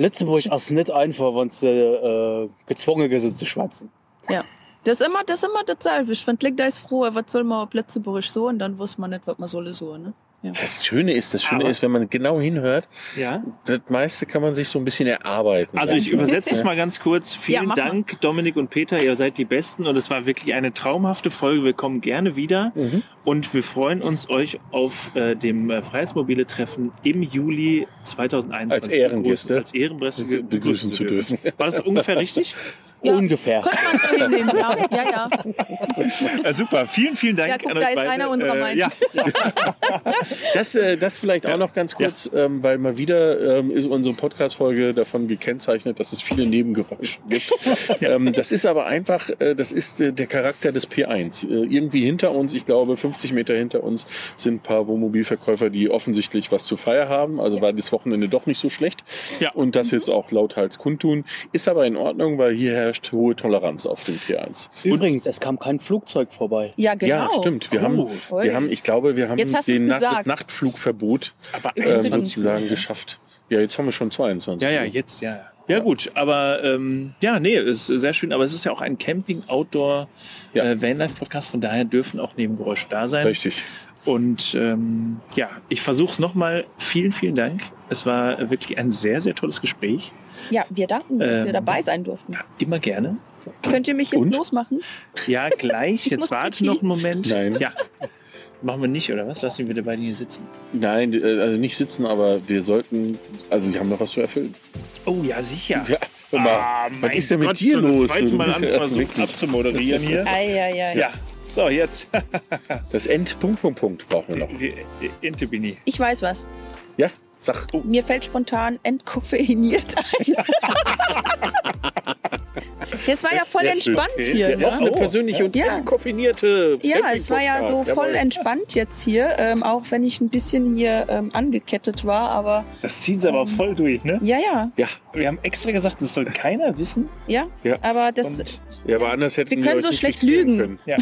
E: Letzteburg ist nicht einfach, wenn du äh, gezwungen bist zu schwatzen.
F: ja. Das ist immer, das ist immer dasselbe. Ich finde, da ist froh, was soll man auf Letzteburg so und dann wusste man nicht, was man solle so, ne?
A: Das Schöne ist, das Schöne
B: Aber-
A: ist, wenn man genau hinhört,
B: Ja.
A: das meiste kann man sich so ein bisschen erarbeiten.
B: Also ich übersetze es mal ganz kurz.
F: Ja,
B: Vielen
F: mach mal.
B: Dank, Dominik und Peter, ihr seid die Besten und es war wirklich eine traumhafte Folge. Wir kommen gerne wieder und wir freuen uns, euch auf äh, dem äh, Freiheitsmobile-Treffen im Juli 2021
A: Als Ehrengäste.
B: begrüßen- als Ehrenbrüste
A: Begrüßen
B: begrüßen
A: zu
B: zu dürfen. War das ungefähr [LAUGHS] richtig?
F: Ja.
E: Ungefähr.
F: Könnte man so hinnehmen, ja. Ja, ja.
B: Äh, super, vielen, vielen Dank.
F: Ja, guck,
B: an euch
F: da ist
B: beide.
F: einer unserer
B: Äh,
F: Meinung.
B: Ja,
A: Das, äh, das vielleicht auch noch ganz kurz, ähm, weil mal wieder ähm, ist unsere Podcast-Folge davon gekennzeichnet, dass es viele Nebengeräusche gibt. ähm, das ist aber einfach, äh, das ist äh, der Charakter des P1. Äh, irgendwie hinter uns, ich glaube 50 Meter hinter uns, sind ein paar Wohnmobilverkäufer, die offensichtlich was zu feiern haben. Also war das Wochenende doch nicht so schlecht.
B: Ja.
A: Und das jetzt auch lauthals kundtun. Ist aber in Ordnung, weil hier herrscht hohe Toleranz auf dem P1.
E: Übrigens, es kam kein Flugzeug vorbei.
F: Ja, genau.
A: Ja, stimmt. Wir, haben,
F: Ui.
A: wir haben, ich glaube, wir haben
F: Jetzt hast
A: den
F: du's
A: Nacht das
F: gesagt.
A: Nachtflugverbot
B: aber
A: ähm,
B: 21
A: sozusagen geschafft. Ja, jetzt haben wir schon 22.
B: [LAUGHS] Ja, ja, jetzt, ja. ja. Ja gut, aber ähm, ja, nee, ist sehr schön. Aber es ist ja auch ein
A: Ja.
B: Camping-Outdoor-Vanlife-Podcast, von daher dürfen auch Nebengeräusche da sein.
A: Richtig.
B: Und ähm, ja, ich versuche es nochmal. Vielen, vielen Dank. Es war wirklich ein sehr, sehr tolles Gespräch.
F: Ja, wir danken, dass
B: Ähm,
F: wir dabei sein durften.
B: Immer gerne.
F: Könnt ihr mich jetzt
A: und?
F: losmachen? [LAUGHS]
B: Ja, gleich.
F: Ich
B: Jetzt
F: muss
B: warte
F: pipi.
B: noch einen Moment.
A: Nein.
B: Ja. Machen wir nicht, oder was? Lass ihn bitte bei dir sitzen.
A: Nein, äh, also nicht sitzen, aber wir sollten, also sie haben noch was zu erfüllen.
B: Oh ja, sicher.
A: Ja, hör mal, was ist denn mit dir
B: Ah, so
A: los?
B: Das zweite
A: Du
B: Mal
A: bist
B: an,
A: ja
B: versucht
A: wirklich-
B: abzumoderieren hier.
F: Eieiei.
B: Ja, so jetzt.
A: Das End, Punkt, Punkt, Punkt brauchen wir noch.
B: Die- die Intibini.
F: Ich weiß was.
A: Ja, sag.
B: Oh,
F: Mir fällt spontan entkoffeiniert ein. Das war ja
A: Das ist
F: voll
A: sehr schön.
F: entspannt
B: Okay.
F: hier.
B: oh, Ja,
F: Ne?
A: Noch eine persönliche und
F: Ja.
A: koffinierte.
F: Ja, es war ja so voll entspannt jetzt hier, ähm, auch wenn ich ein bisschen hier ähm, angekettet war, aber
B: Das ziehen
F: Oh.
B: sie aber voll durch, ne?
F: ja, ja,
A: Ja,
B: Wir haben extra gesagt, das soll keiner wissen.
F: ja.
A: Ja.
F: Aber das,
A: ja, aber anders hätten wir
F: können
A: euch
F: so
A: nicht
F: schlecht
A: fixieren
F: lügen.
A: können.
B: Ja.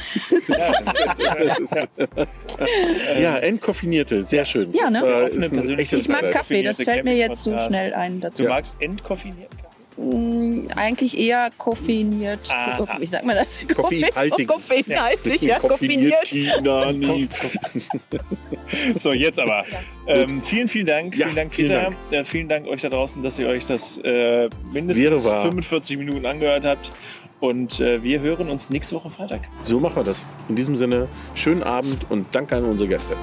A: Ja, entkoffinierte, sehr schön.
F: Ja, ne?
A: Das war,
B: Offene
A: ist ein
B: persönliche-
A: echtes
F: ich mag
B: leider.
A: Highlight.
F: Kaffee, das fällt mir jetzt so
B: Camping-Podcast.
F: schnell ein dazu.
B: Du magst entkoffiniert?
F: Mm, eigentlich eher koffeiniert. Oh,
B: Aha.
F: Wie sagt man das?
A: Koffeinhaltig.
F: [LAUGHS] Koffeinhaltig, ja. Koffiniert. [LAUGHS]
A: Nani.
B: [LAUGHS] So, jetzt aber. ähm, vielen, vielen Dank.
A: Ja,
B: vielen Dank,
A: vielen
B: Peter.
A: Dank.
B: Äh, vielen Dank euch da draußen, dass ihr euch das äh, mindestens
A: Wirrwarr.
B: 45 Minuten angehört habt. Und äh, wir hören uns nächste Woche Freitag.
A: So machen wir das. In diesem Sinne, schönen Abend und danke an unsere Gäste.